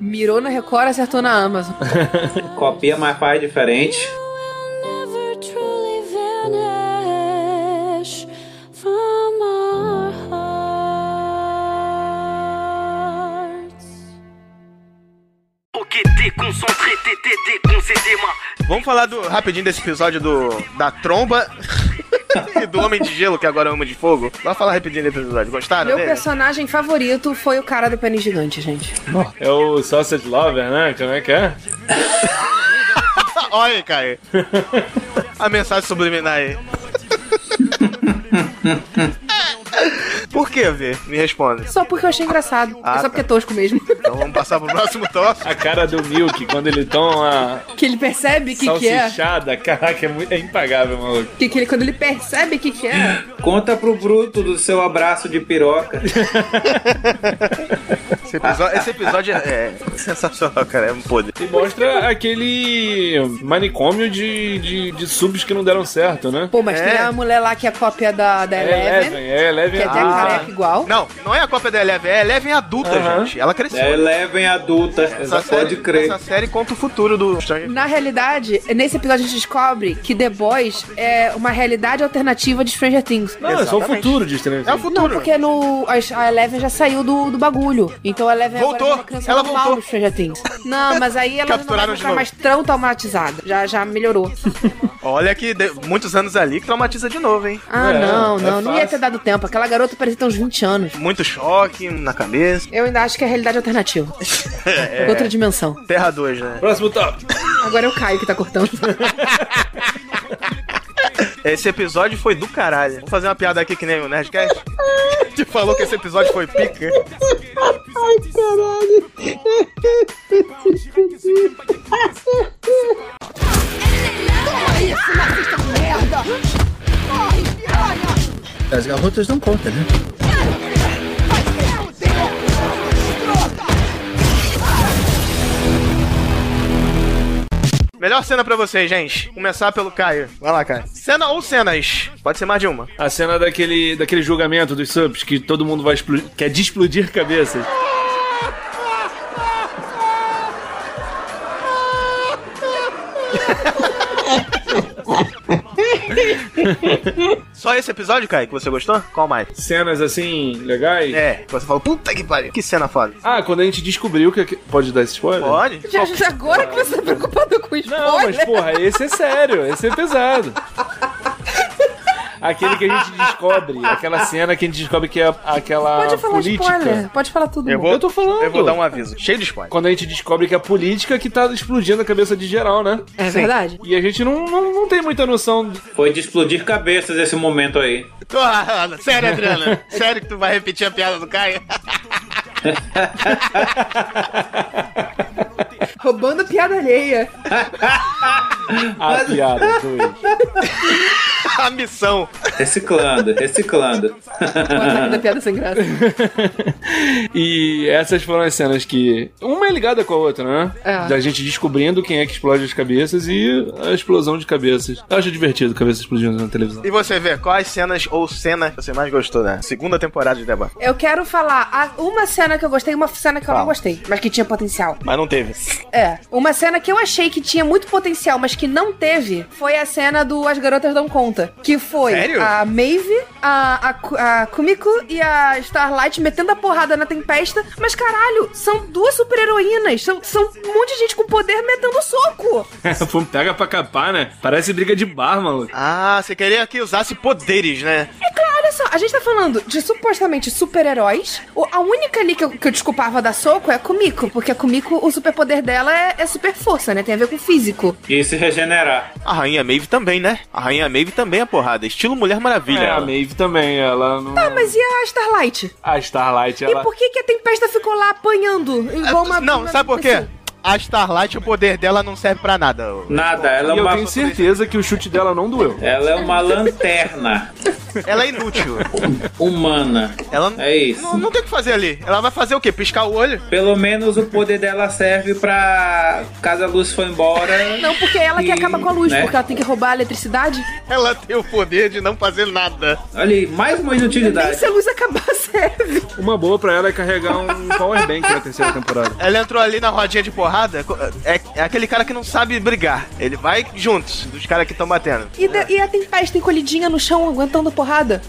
F: Mirou na Record, acertou na Amazon.
D: Copia, mas faz diferente.
B: Vamos falar do, rapidinho desse episódio do da tromba e do Homem de Gelo, que agora é Homem de Fogo. Vamos falar rapidinho desse episódio. Gostaram
F: Meu
B: dele?
F: personagem favorito foi o cara do pênis gigante, gente.
E: É o Sausage Lover, né? Como é que é?
B: Ah, Olha aí, Caio. A mensagem subliminar aí. Por que, Vê? Me responde.
F: Só porque eu achei engraçado.
B: Ah,
F: é só
B: tá.
F: porque é tosco mesmo.
B: Então vamos passar pro próximo tópico.
E: A cara do Milk, quando ele toma
F: que ele percebe
E: a
F: o que, que é.
E: salsichada, caraca, é, muito, é impagável, maluco.
F: Que, que ele, quando ele percebe o que, que é.
D: Conta pro Bruto do seu abraço de piroca.
B: Esse episódio, esse episódio é, é sensacional, cara. É um poder.
E: E mostra aquele manicômio de, de, de subs que não deram certo, né?
F: Pô, mas tem a mulher lá que é cópia da, da
E: É
F: Eleven.
E: Eleven, é Eleven
F: Que é até
E: adulta.
B: Ah.
F: careca igual.
B: Não, não é a cópia da Eleven, é a Eleven adulta,
E: Aham.
B: gente. Ela cresceu.
D: É, levem adulta,
B: Essa
D: pode
B: série,
D: crer.
B: Essa série conta o futuro do Stranger
F: Na realidade, nesse episódio a gente descobre que The Boys é uma realidade alternativa de Stranger Things.
E: Não, é só o futuro de Stranger Things.
F: Não, porque no, a- a Eleven já saiu do, do bagulho. Então a Eleven
B: Voltou.
F: agora é uma criança
B: Ela
F: normal
B: voltou.
F: no Stranger Things. Não, mas aí ela não vai
B: Capturaram de
F: ficar
B: novo.
F: mais tão traumatizada. Já, já melhorou.
B: Olha que de- muitos anos ali que traumatiza de novo, hein?
F: Ah, não, não. não ia
B: É, fácil.
F: ter dado tempo. Aquela garota parecia ter uns 20 anos.
B: Muito choque na cabeça.
F: Eu ainda acho que é a realidade alternativa.
B: É.
F: Outra dimensão.
B: Terra 2, né?
E: Próximo tópico.
F: Agora é o Caio que tá cortando.
B: Esse episódio foi do caralho. Vou fazer uma piada aqui que nem o Nerdcast. Te falou que esse episódio foi pica.
A: Ai, caralho. Toma isso, na
G: As garrotas dão conta, né?
B: Melhor cena pra vocês, gente. Começar pelo Caio. Vai lá, Caio. Cena ou cenas? Pode ser mais de uma.
E: A cena daquele, daquele julgamento dos subs que todo mundo vai explodir. Quer de explodir cabeças.
B: Só esse episódio, Caio, que você gostou? Qual mais?
E: Cenas assim, legais?
B: É, você fala, puta que pariu. Que cena foda.
E: Ah, quando a gente descobriu que. Pode dar esse spoiler?
B: Pode.
F: Já, já agora que você tá preocupado com spoiler.
E: Não, mas porra, esse é sério, esse é pesado. Aquele que a gente descobre, aquela cena que a gente descobre que é aquela
F: Pode falar
E: política.
F: spoiler. Pode falar tudo.
E: Eu, vou, eu tô falando.
B: Eu vou dar um aviso. Cheio de spoiler.
E: Quando a gente descobre que é a política que tá explodindo a cabeça de geral, né?
F: É verdade.
E: E a gente não, não, não tem muita noção.
D: Foi de explodir cabeças esse momento aí.
B: Sério, Adriana? Sério que tu vai repetir a piada do Caio?
F: Roubando piada alheia.
E: A Ah, piada, dois.
B: a missão.
D: Reciclando, reciclando.
F: Bota da piada sem graça.
E: E essas foram as cenas que. Uma é ligada com a outra, né?
F: É.
E: Da gente descobrindo quem é que explode as cabeças e a explosão de cabeças. Eu acho divertido cabeça explodindo na televisão.
B: E você vê quais cenas ou cena você mais gostou da segunda temporada de Deba?
F: Eu quero falar a- uma cena que eu gostei e uma cena que eu não
B: Fala.
F: gostei, mas que tinha potencial.
B: Mas não teve.
F: É. Uma cena que eu achei que tinha muito potencial, mas que não teve, foi a cena do As Garotas Dão Conta. Que foi
B: Sério?
F: a Maeve, a, a, Ku- a Kumiko e a Starlight metendo a porrada na tempesta. Mas caralho, são duas super-heroínas. São, são um monte de gente com poder metendo soco.
E: Foi um pega pra capar, né? Parece briga de bar, maluco.
B: Ah, você queria que usasse poderes, né?
F: É claro, olha só, a gente tá falando de supostamente super-heróis. O- A única ali que eu, que eu desculpava dar soco é a Kumiko, porque a Kumiko, o superpoder dela é, é super força, né? Tem a ver com físico.
D: E se regenerar.
B: A Rainha Maeve também, né? A Rainha Maeve também é porrada. Estilo Mulher Maravilha.
E: É, a
B: ela.
E: Maeve também, ela não.
F: Tá, mas e a Starlight?
E: A Starlight, ela.
F: E por que, que a Tempesta ficou lá apanhando? Igual uma.
B: Não,
F: É, uma-
B: sabe por quê?
F: assim?
B: A Starlight, o poder dela não serve pra nada. ô.
D: Nada, ela é
E: E eu
D: uma.
E: tenho certeza que o chute dela não doeu.
D: Ela é uma lanterna
B: Ela é inútil.
D: humana.
B: Ela não,
D: É isso.
B: não, não tem o que fazer ali. Ela vai fazer o quê? Piscar o olho?
D: Pelo menos o poder dela serve pra. Caso a luz for embora.
F: Não, porque ela que
D: E-
F: acaba com a luz,
D: né?
F: porque ela tem que roubar a eletricidade.
B: Ela tem o poder de não fazer nada.
D: Olha aí, mais uma
F: Nem
D: inutilidade.
F: se a luz acabar, serve.
E: Uma boa pra ela é carregar um power bank na terceira temporada.
B: Ela entrou ali na rodinha de porrada. co- É, é aquele cara que não sabe brigar. Ele vai juntos dos caras que estão batendo.
F: E, da- e a Tempesta encolhidinha no chão, aguentando porrada.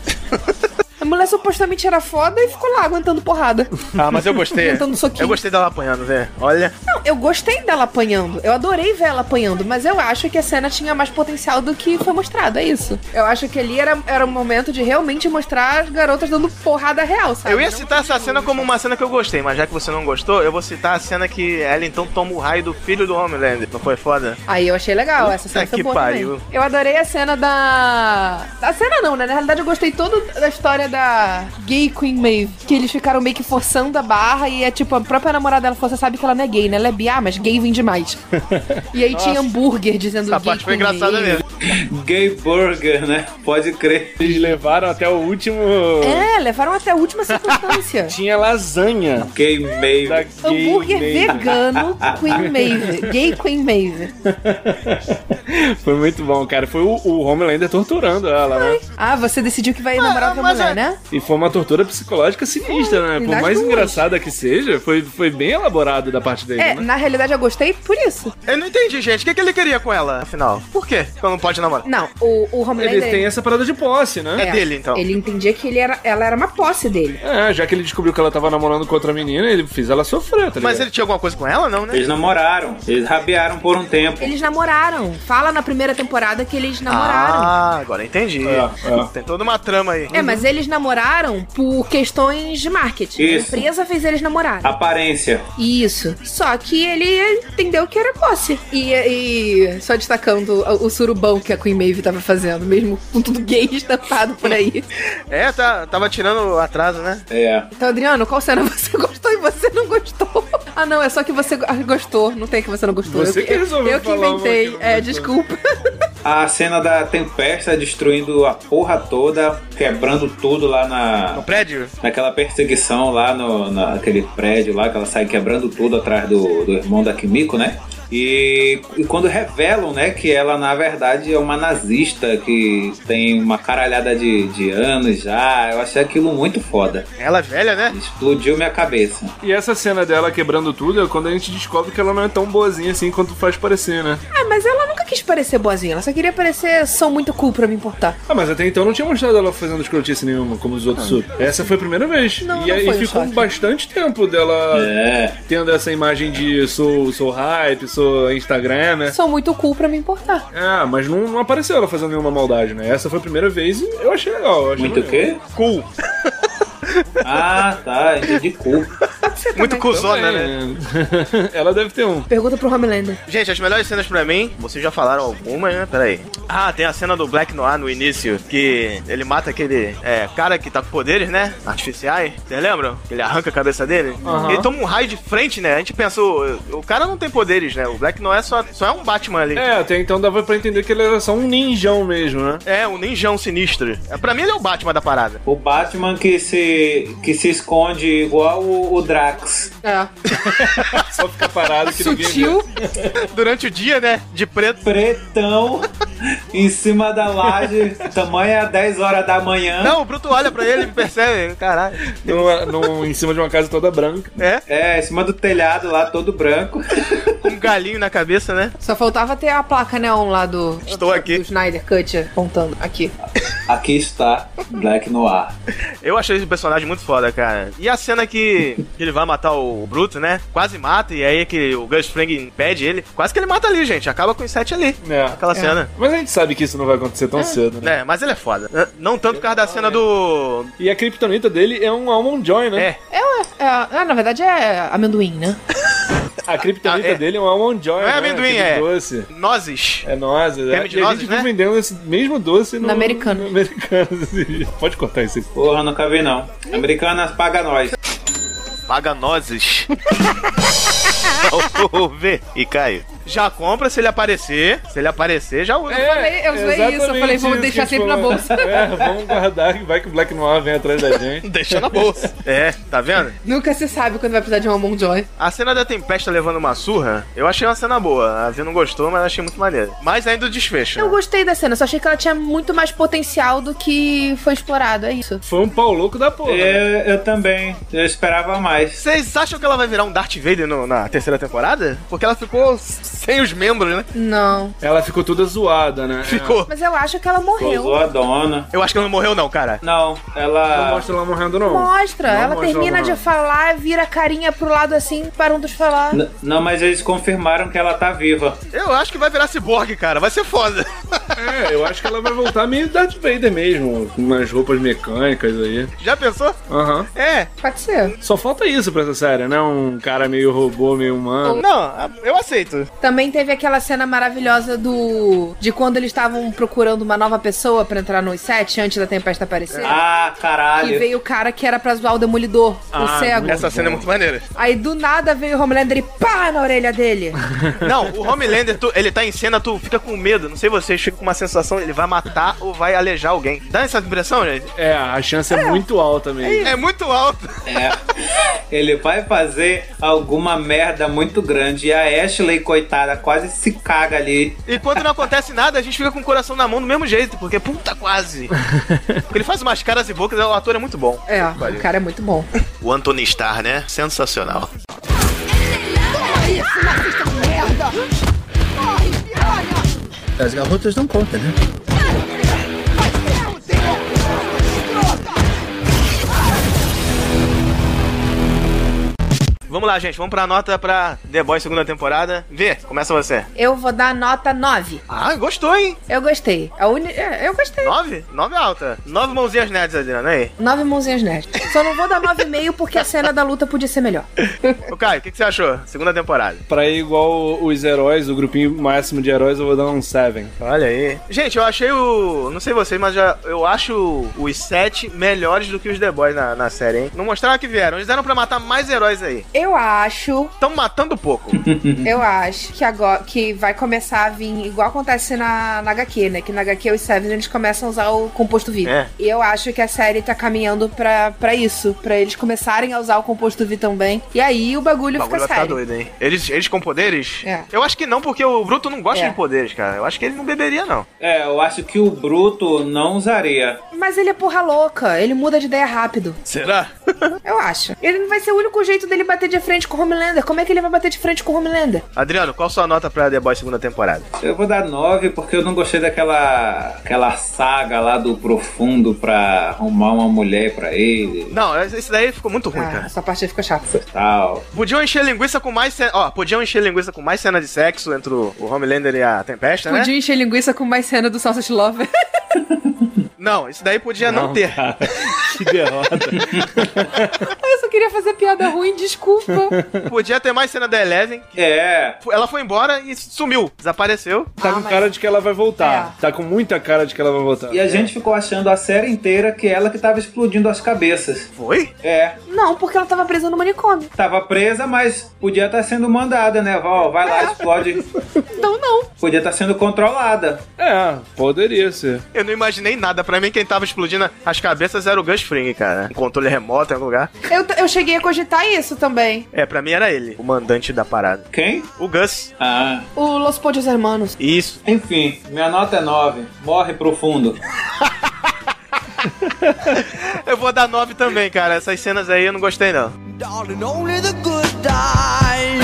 F: A mulher supostamente era foda e ficou lá aguentando porrada.
B: Ah, mas eu gostei.
F: Tentando um soquinho.
B: eu gostei dela apanhando, velho. Olha.
F: Não, eu gostei dela apanhando. Eu adorei ver ela apanhando, mas eu acho que a cena tinha mais potencial do que foi mostrado, é isso. Eu acho que ali era, era o momento de realmente mostrar as garotas dando porrada real, sabe?
B: Eu ia citar essa cena como uma cena que eu gostei, mas já que você não gostou, eu vou citar a cena que ela então toma o raio do filho do Homelander. Não foi foda?
F: Aí eu achei legal, essa cena
B: Puta
F: foi
B: que
F: boa
B: pariu.
F: também. Eu adorei a cena da... A cena não, né? Na realidade eu gostei toda da história da gay Queen Maeve, que eles ficaram meio que forçando a barra e é tipo, a própria namorada dela falou, você sabe que ela não é gay, né? Ela é bi, ah, mas gay vem demais. e aí tinha hambúrguer dizendo
B: Essa
F: gay
B: parte foi
F: Queen
B: engraçada
F: Maeve.
B: mesmo.
D: Gay Burger, né? Pode crer.
E: Eles levaram até o último.
F: É, levaram até a última circunstância.
E: Tinha lasanha.
D: Gay Maeve.
E: gay
F: Hambúrguer
E: Maeve.
F: vegano Queen Maeve. Gay Queen Maeve.
E: Foi muito bom, cara. Foi o, o Homelander torturando ela, né?
F: Ah, você decidiu que vai namorar outra
B: mas
F: mulher,
B: é-
F: né?
E: E foi uma tortura psicológica sinistra, né? Por
F: das
E: mais
F: duas.
E: engraçada que seja, foi, foi bem elaborado da parte dele,
F: É,
E: né?
F: na realidade eu gostei por isso.
B: Eu não entendi, gente. O que, que ele queria com ela, afinal? Por quê? Que ela não pode namorar.
F: Não, o, o Homelander...
E: Ele tem essa parada de posse,
B: É,
E: né?
B: dele, então.
F: Ele entendia que ele era, ela era uma posse dele.
E: É, já que ele descobriu que ela tava namorando com outra menina, ele fez ela sofrer, tá ligado?
B: Mas ele tinha alguma coisa com ela, não, né?
D: Eles namoraram. Eles rabiaram por um tempo.
F: Eles namoraram. Fala na primeira temporada que eles namoraram.
B: Ah, agora entendi.
E: É, é.
B: Tem toda uma trama aí.
F: É, mas eles namoraram por questões de marketing.
D: Isso.
F: A empresa fez eles namorarem.
D: Aparência.
F: Isso. Só que ele entendeu que era posse. E, e só destacando o, o surubão que a Queen Maeve tava fazendo, mesmo com tudo gay estampado por aí.
B: É, tá, tava tirando atraso, né?
D: É.
F: Então, Adriano, qual cena você gostou e você não gostou? Ah, não, é só que você go- ah, gostou. Não tem que você não gostou.
E: Você
F: eu,
E: que resolveu
F: Eu que
E: falar uma
F: inventei.
E: que não
F: é,
E: gostou.
F: desculpa.
D: a cena da tempesta destruindo a porra toda, quebrando tudo lá na.
Q: No prédio?
D: Naquela perseguição lá no, naquele prédio lá, que ela sai quebrando tudo atrás do, do irmão da Kimiko, né? E, e quando revelam, né, que ela na verdade é uma nazista que tem uma caralhada de, de anos já, eu achei aquilo muito foda.
Q: Ela é velha, né?
D: Explodiu minha cabeça.
E: E essa cena dela quebrando tudo é quando a gente descobre que ela não é tão boazinha assim quanto faz parecer, né?
F: Ah, mas ela nunca quis parecer boazinha, ela só queria parecer são muito cool pra me importar.
E: Ah, mas até então não tinha mostrado ela fazendo escrotice nenhuma, como os outros. sub. Essa foi a primeira vez.
F: Não,
E: e
F: não
E: aí
F: foi um
E: ficou
F: choque.
E: bastante tempo dela
D: É.
E: tendo essa imagem de sou, sou hype, sou Instagram, né?
F: Sou muito cool pra me importar.
E: Ah, mas não, não apareceu ela fazendo nenhuma maldade, né? Essa foi a primeira vez e eu achei legal. Eu achei
D: Muito o quê?
E: Cool.
D: Ah, tá, entendi cool.
Q: Muito cuzona,
E: né? Ela deve ter um.
F: Pergunta pro Homelander.
B: Gente, as melhores cenas pra mim, vocês já falaram algumas, né? Peraí. Ah, tem a cena do Black Noir no início, que ele mata aquele é, cara que tá com poderes, né? Artificiais. Vocês lembram? Que Ele arranca a cabeça dele.
A: Aham.
B: Ele toma um raio de frente, né? A gente pensou, o cara não tem poderes, né? O Black Noir só, só é um Batman ali.
E: É, até então dava pra entender que ele era só um ninjão mesmo, né?
B: É, um ninjão sinistro. É, Pra mim ele é o Batman da parada.
D: O Batman que se, que se esconde igual o, o Drax.
F: É.
E: Só fica parado que
F: Sutil.
B: Durante o dia, né? De preto.
D: Pretão em cima da laje, tamanho a 10 horas da manhã.
B: Não, o Bruto olha pra ele e percebe. Caralho.
E: Numa- num- em cima de uma casa toda branca.
B: É?
D: É, em cima do telhado lá, todo branco.
B: Com um galinho na cabeça, né?
F: Só faltava ter a placa neon lá do,
B: Estou aqui.
F: do Snyder Cut apontando aqui.
D: Aqui está Black Noir.
B: Eu achei esse personagem muito foda, cara. E a cena que que ele vai matar o Bruto, né? Quase mata, e aí que o Gus Fring impede ele. Quase que ele mata ali, gente. Acaba com os sete ali.
E: É.
B: Aquela cena.
E: Mas a gente sabe que isso não vai acontecer tão cedo, né?
B: É, mas ele é foda. Não tanto por causa da cena do.
E: E a criptonita dele é um Almond Joy, né?
B: É.
F: É, ué, é, ah, na verdade é amendoim, né?
E: A criptonita dele é um Almond
B: Ah,
E: Joy.
B: Não é
E: né?
B: amendoim,
E: Aquele
B: é.
E: doce.
B: Nozes.
E: É nozes, é.
B: Creme de
E: E a
B: nozes,
E: gente
B: né?
E: fica vendendo esse mesmo doce no,
F: Na Americanas.
E: no Americanas. Pode cortar isso aí.
D: Porra, nunca vi não. Americanas paga nós.
B: Paga nozes. Vou ver. E Caio. Já compra se ele aparecer. Se ele aparecer, já usa.
F: Eu falei- eu usei isso, eu falei, vamos
E: É, exatamente
F: deixar
E: isso que
F: sempre
E: a
F: na
E: gente
F: bolsa.
E: falou. É, vamos guardar que vai que o Black Noir vem atrás da gente.
B: Deixa na bolsa. É, tá vendo?
F: Nunca se sabe quando vai precisar de um Almond Joy.
E: É.
B: A cena da Tempesta levando uma surra, eu achei uma cena boa. A Vi não gostou, mas achei muito maneira. Mas ainda o desfecho.
F: Eu gostei da cena, só achei que ela tinha muito mais potencial do que foi explorado, é isso.
E: Foi um pau louco da porra.
B: É.
E: né?
D: Eu, eu também. Eu esperava mais.
B: Vocês acham que ela vai virar um Darth Vader no- na terceira temporada? Porque ela ficou s- sem os membros, né?
F: Não.
E: Ela ficou toda zoada, né?
B: Ficou.
F: Mas eu acho que ela morreu.
D: a dona.
B: Eu acho que ela não morreu, não, cara.
D: Não, ela.
E: Não mostra ela morrendo, não.
F: Mostra,
E: Não
F: ela
E: mostra
F: termina
E: ela
F: de
E: morrendo.
F: falar, vira a carinha pro lado assim, param de falar.
D: N- Não, mas eles confirmaram que ela tá viva.
B: Eu acho que vai virar ciborgue, cara. Vai ser foda.
E: É, eu acho que ela vai voltar meio Darth Vader mesmo, com umas roupas mecânicas aí.
B: Já pensou?
E: Aham.
B: É.
F: Pode ser.
E: Só falta isso pra essa série, né? Um cara meio robô, meio humano.
B: Não, eu aceito.
F: Também teve aquela cena maravilhosa do. de quando eles estavam procurando uma nova pessoa pra entrar nos set antes da tempesta aparecer.
D: Ah,
F: E
D: caralho.
F: veio o cara que era pra zoar o Demolidor, o cego.
B: Essa cena é muito maneira.
F: Aí do nada veio o Homelander e pá na orelha dele.
B: Não, o Homelander, tu- ele tá em cena, tu fica com medo. Não sei vocês, fica com uma sensação, ele vai matar ou vai alejar alguém. Dá essa impressão, gente?
E: É, a chance é, muito alta mesmo.
B: É muito alto.
D: É. Ele vai fazer alguma merda muito grande. E a Ashley, coitada, quase se caga ali.
B: E quando não acontece nada, a gente fica com o coração na mão do mesmo jeito, porque puta quase. Porque ele faz umas caras e bocas, o ator é muito bom.
F: É, o cara é muito bom.
B: O Anthony Starr, né? Sensacional.
A: isso, nazista de merda! Corre, piranha!
G: As garotas dão conta, né?
B: Vamos lá, gente, vamos pra nota pra The Boys segunda temporada. Vê, começa você.
F: Eu vou dar nota 9.
B: Ah, gostou, hein?
F: Eu gostei. A uni... é, eu gostei.
B: Nove? Nove alta. Nove mãozinhas nerds, Adriana, aí.
F: Nove mãozinhas nerds. Só não vou dar 9,5 porque a cena da luta podia ser melhor.
B: Ô, Caio, o que, que você achou? Segunda temporada.
E: Pra ir igual os heróis, o grupinho máximo de heróis, eu vou dar um 7.
B: Olha aí. Gente, eu achei o. Não sei vocês, mas já, eu acho os sete melhores do que os The Boys na, na série, hein? Não mostraram que vieram. Eles deram pra matar mais heróis aí.
F: Eu Eu acho.
B: Estão matando pouco.
F: Eu acho que agora que vai começar a vir, igual acontece na, na HQ, né? Que na HQ os Seven eles começam a usar o composto V.
B: É.
F: E eu acho que a série tá caminhando pra, pra isso, pra eles começarem a usar o composto V também. E aí o bagulho,
B: O bagulho vai
F: fica
B: ficar
F: sério.
B: doido, hein? Eles, eles com poderes?
F: É.
B: Eu acho que não, porque o Bruto não gosta
F: É.
B: de poderes, cara. Eu acho que ele não beberia, não.
D: É, eu acho que o Bruto não usaria.
F: Mas ele é porra louca, ele muda de ideia rápido.
B: Será?
F: Eu acho. Ele não vai ser o único jeito dele bater de frente com o Homelander. Como é que ele vai bater de frente com o Homelander?
B: Adriano, qual sua nota pra The Boys segunda temporada?
D: Eu vou dar 9 porque eu não gostei daquela aquela saga lá do profundo pra arrumar uma mulher pra ele
B: Não, esse daí ficou muito ruim, cara.
F: Ah, Essa parte aí ficou chata.
D: e tal.
B: Podiam encher linguiça com mais cena... Ó, podiam encher linguiça com mais cena de sexo entre o o Homelander e a Tempesta, né?
F: Podia encher linguiça com mais cena do Sausage Lover.
B: né? Não, isso daí podia não,
E: Não,
B: ter.
E: cara. Que derrota.
F: eu só queria fazer piada ruim, desculpa.
B: podia ter mais cena da Eleven.
D: É.
B: Ela foi embora e sumiu. Desapareceu.
E: Tá
D: Ah,
E: com cara de que ela vai voltar. Tá com muita cara de que ela vai voltar.
D: É. E a gente ficou achando a série inteira que ela que tava explodindo as cabeças.
B: Foi?
D: É.
F: Não, porque ela tava presa no manicômio.
D: Tava presa, mas podia estar sendo mandada, né? Ó, vai lá, explode.
F: Então não.
D: Podia estar sendo controlada.
E: É, poderia ser.
B: Eu não imaginei nada. Pra mim, quem tava explodindo as cabeças era o Gus Fring, cara. Um controle remoto em algum lugar.
F: Eu, t- eu cheguei a cogitar isso também.
B: É, pra mim era ele, o mandante da parada.
D: Quem?
B: O Gus.
D: Ah.
F: O Los Podios Hermanos.
B: Isso.
D: Enfim, minha nota é 9. Morre profundo.
B: Eu vou dar 9 também, cara. Essas cenas aí eu não gostei, não.
A: Darling, only the good die young.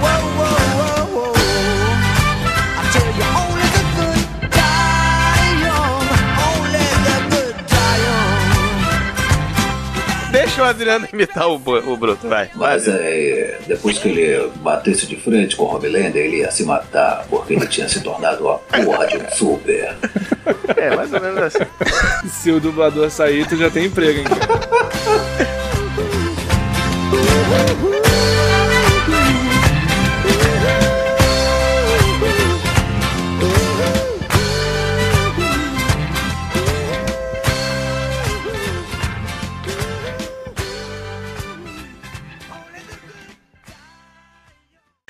A: Whoa, whoa, whoa, whoa, whoa. I tell you, only the good die young. Only the good die young.
B: Deixa o Adriano imitar o, Bu- o Bruto, vai.
R: Mas aí, depois que ele batesse de frente com o Homelander, ele ia se matar porque ele tinha se tornado uma porra de um super.
B: É, mais ou menos assim.
E: Se o dublador sair, tu já tem emprego, hein, cara?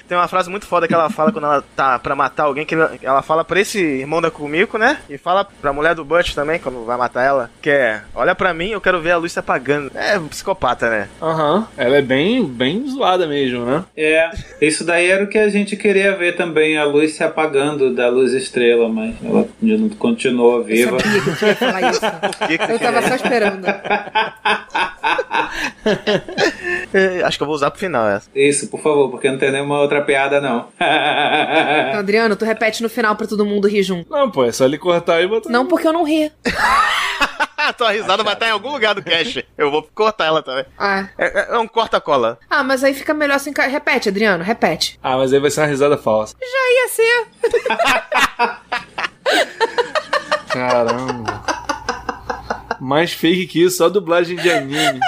B: Tem uma frase muito foda que ela fala quando ela tá pra matar alguém, que ela- ela fala pra esse irmão da Kumiko, né? E fala pra mulher do Butch também, quando vai matar ela, que é, olha pra mim, eu quero ver a luz se apagando. É, psicopata, né?
E: Aham. Ela é bem, bem zoada mesmo, né?
D: É, isso daí era o que a gente queria ver também, a luz se apagando da luz estrela, mas ela não continuou viva.
F: Eu tava só esperando. Então,
B: É, acho que eu vou usar pro final essa.
D: Isso, por favor, porque não tem nenhuma outra piada, não.
F: Então, Adriano, tu repete no final pra todo mundo rir junto.
E: Não, pô, é só ele cortar e botar.
F: Não porque eu não ri.
B: Ah, tua risada vai estar em algum lugar do cast. Eu vou cortar ela também.
F: Ah.
B: É, é um corta-cola.
F: Ah, mas aí fica melhor sem. ca- Repete, Adriano, repete.
E: Ah, mas aí vai ser uma risada falsa.
F: Já ia ser.
E: Caramba. Mais fake que isso, só dublagem de anime.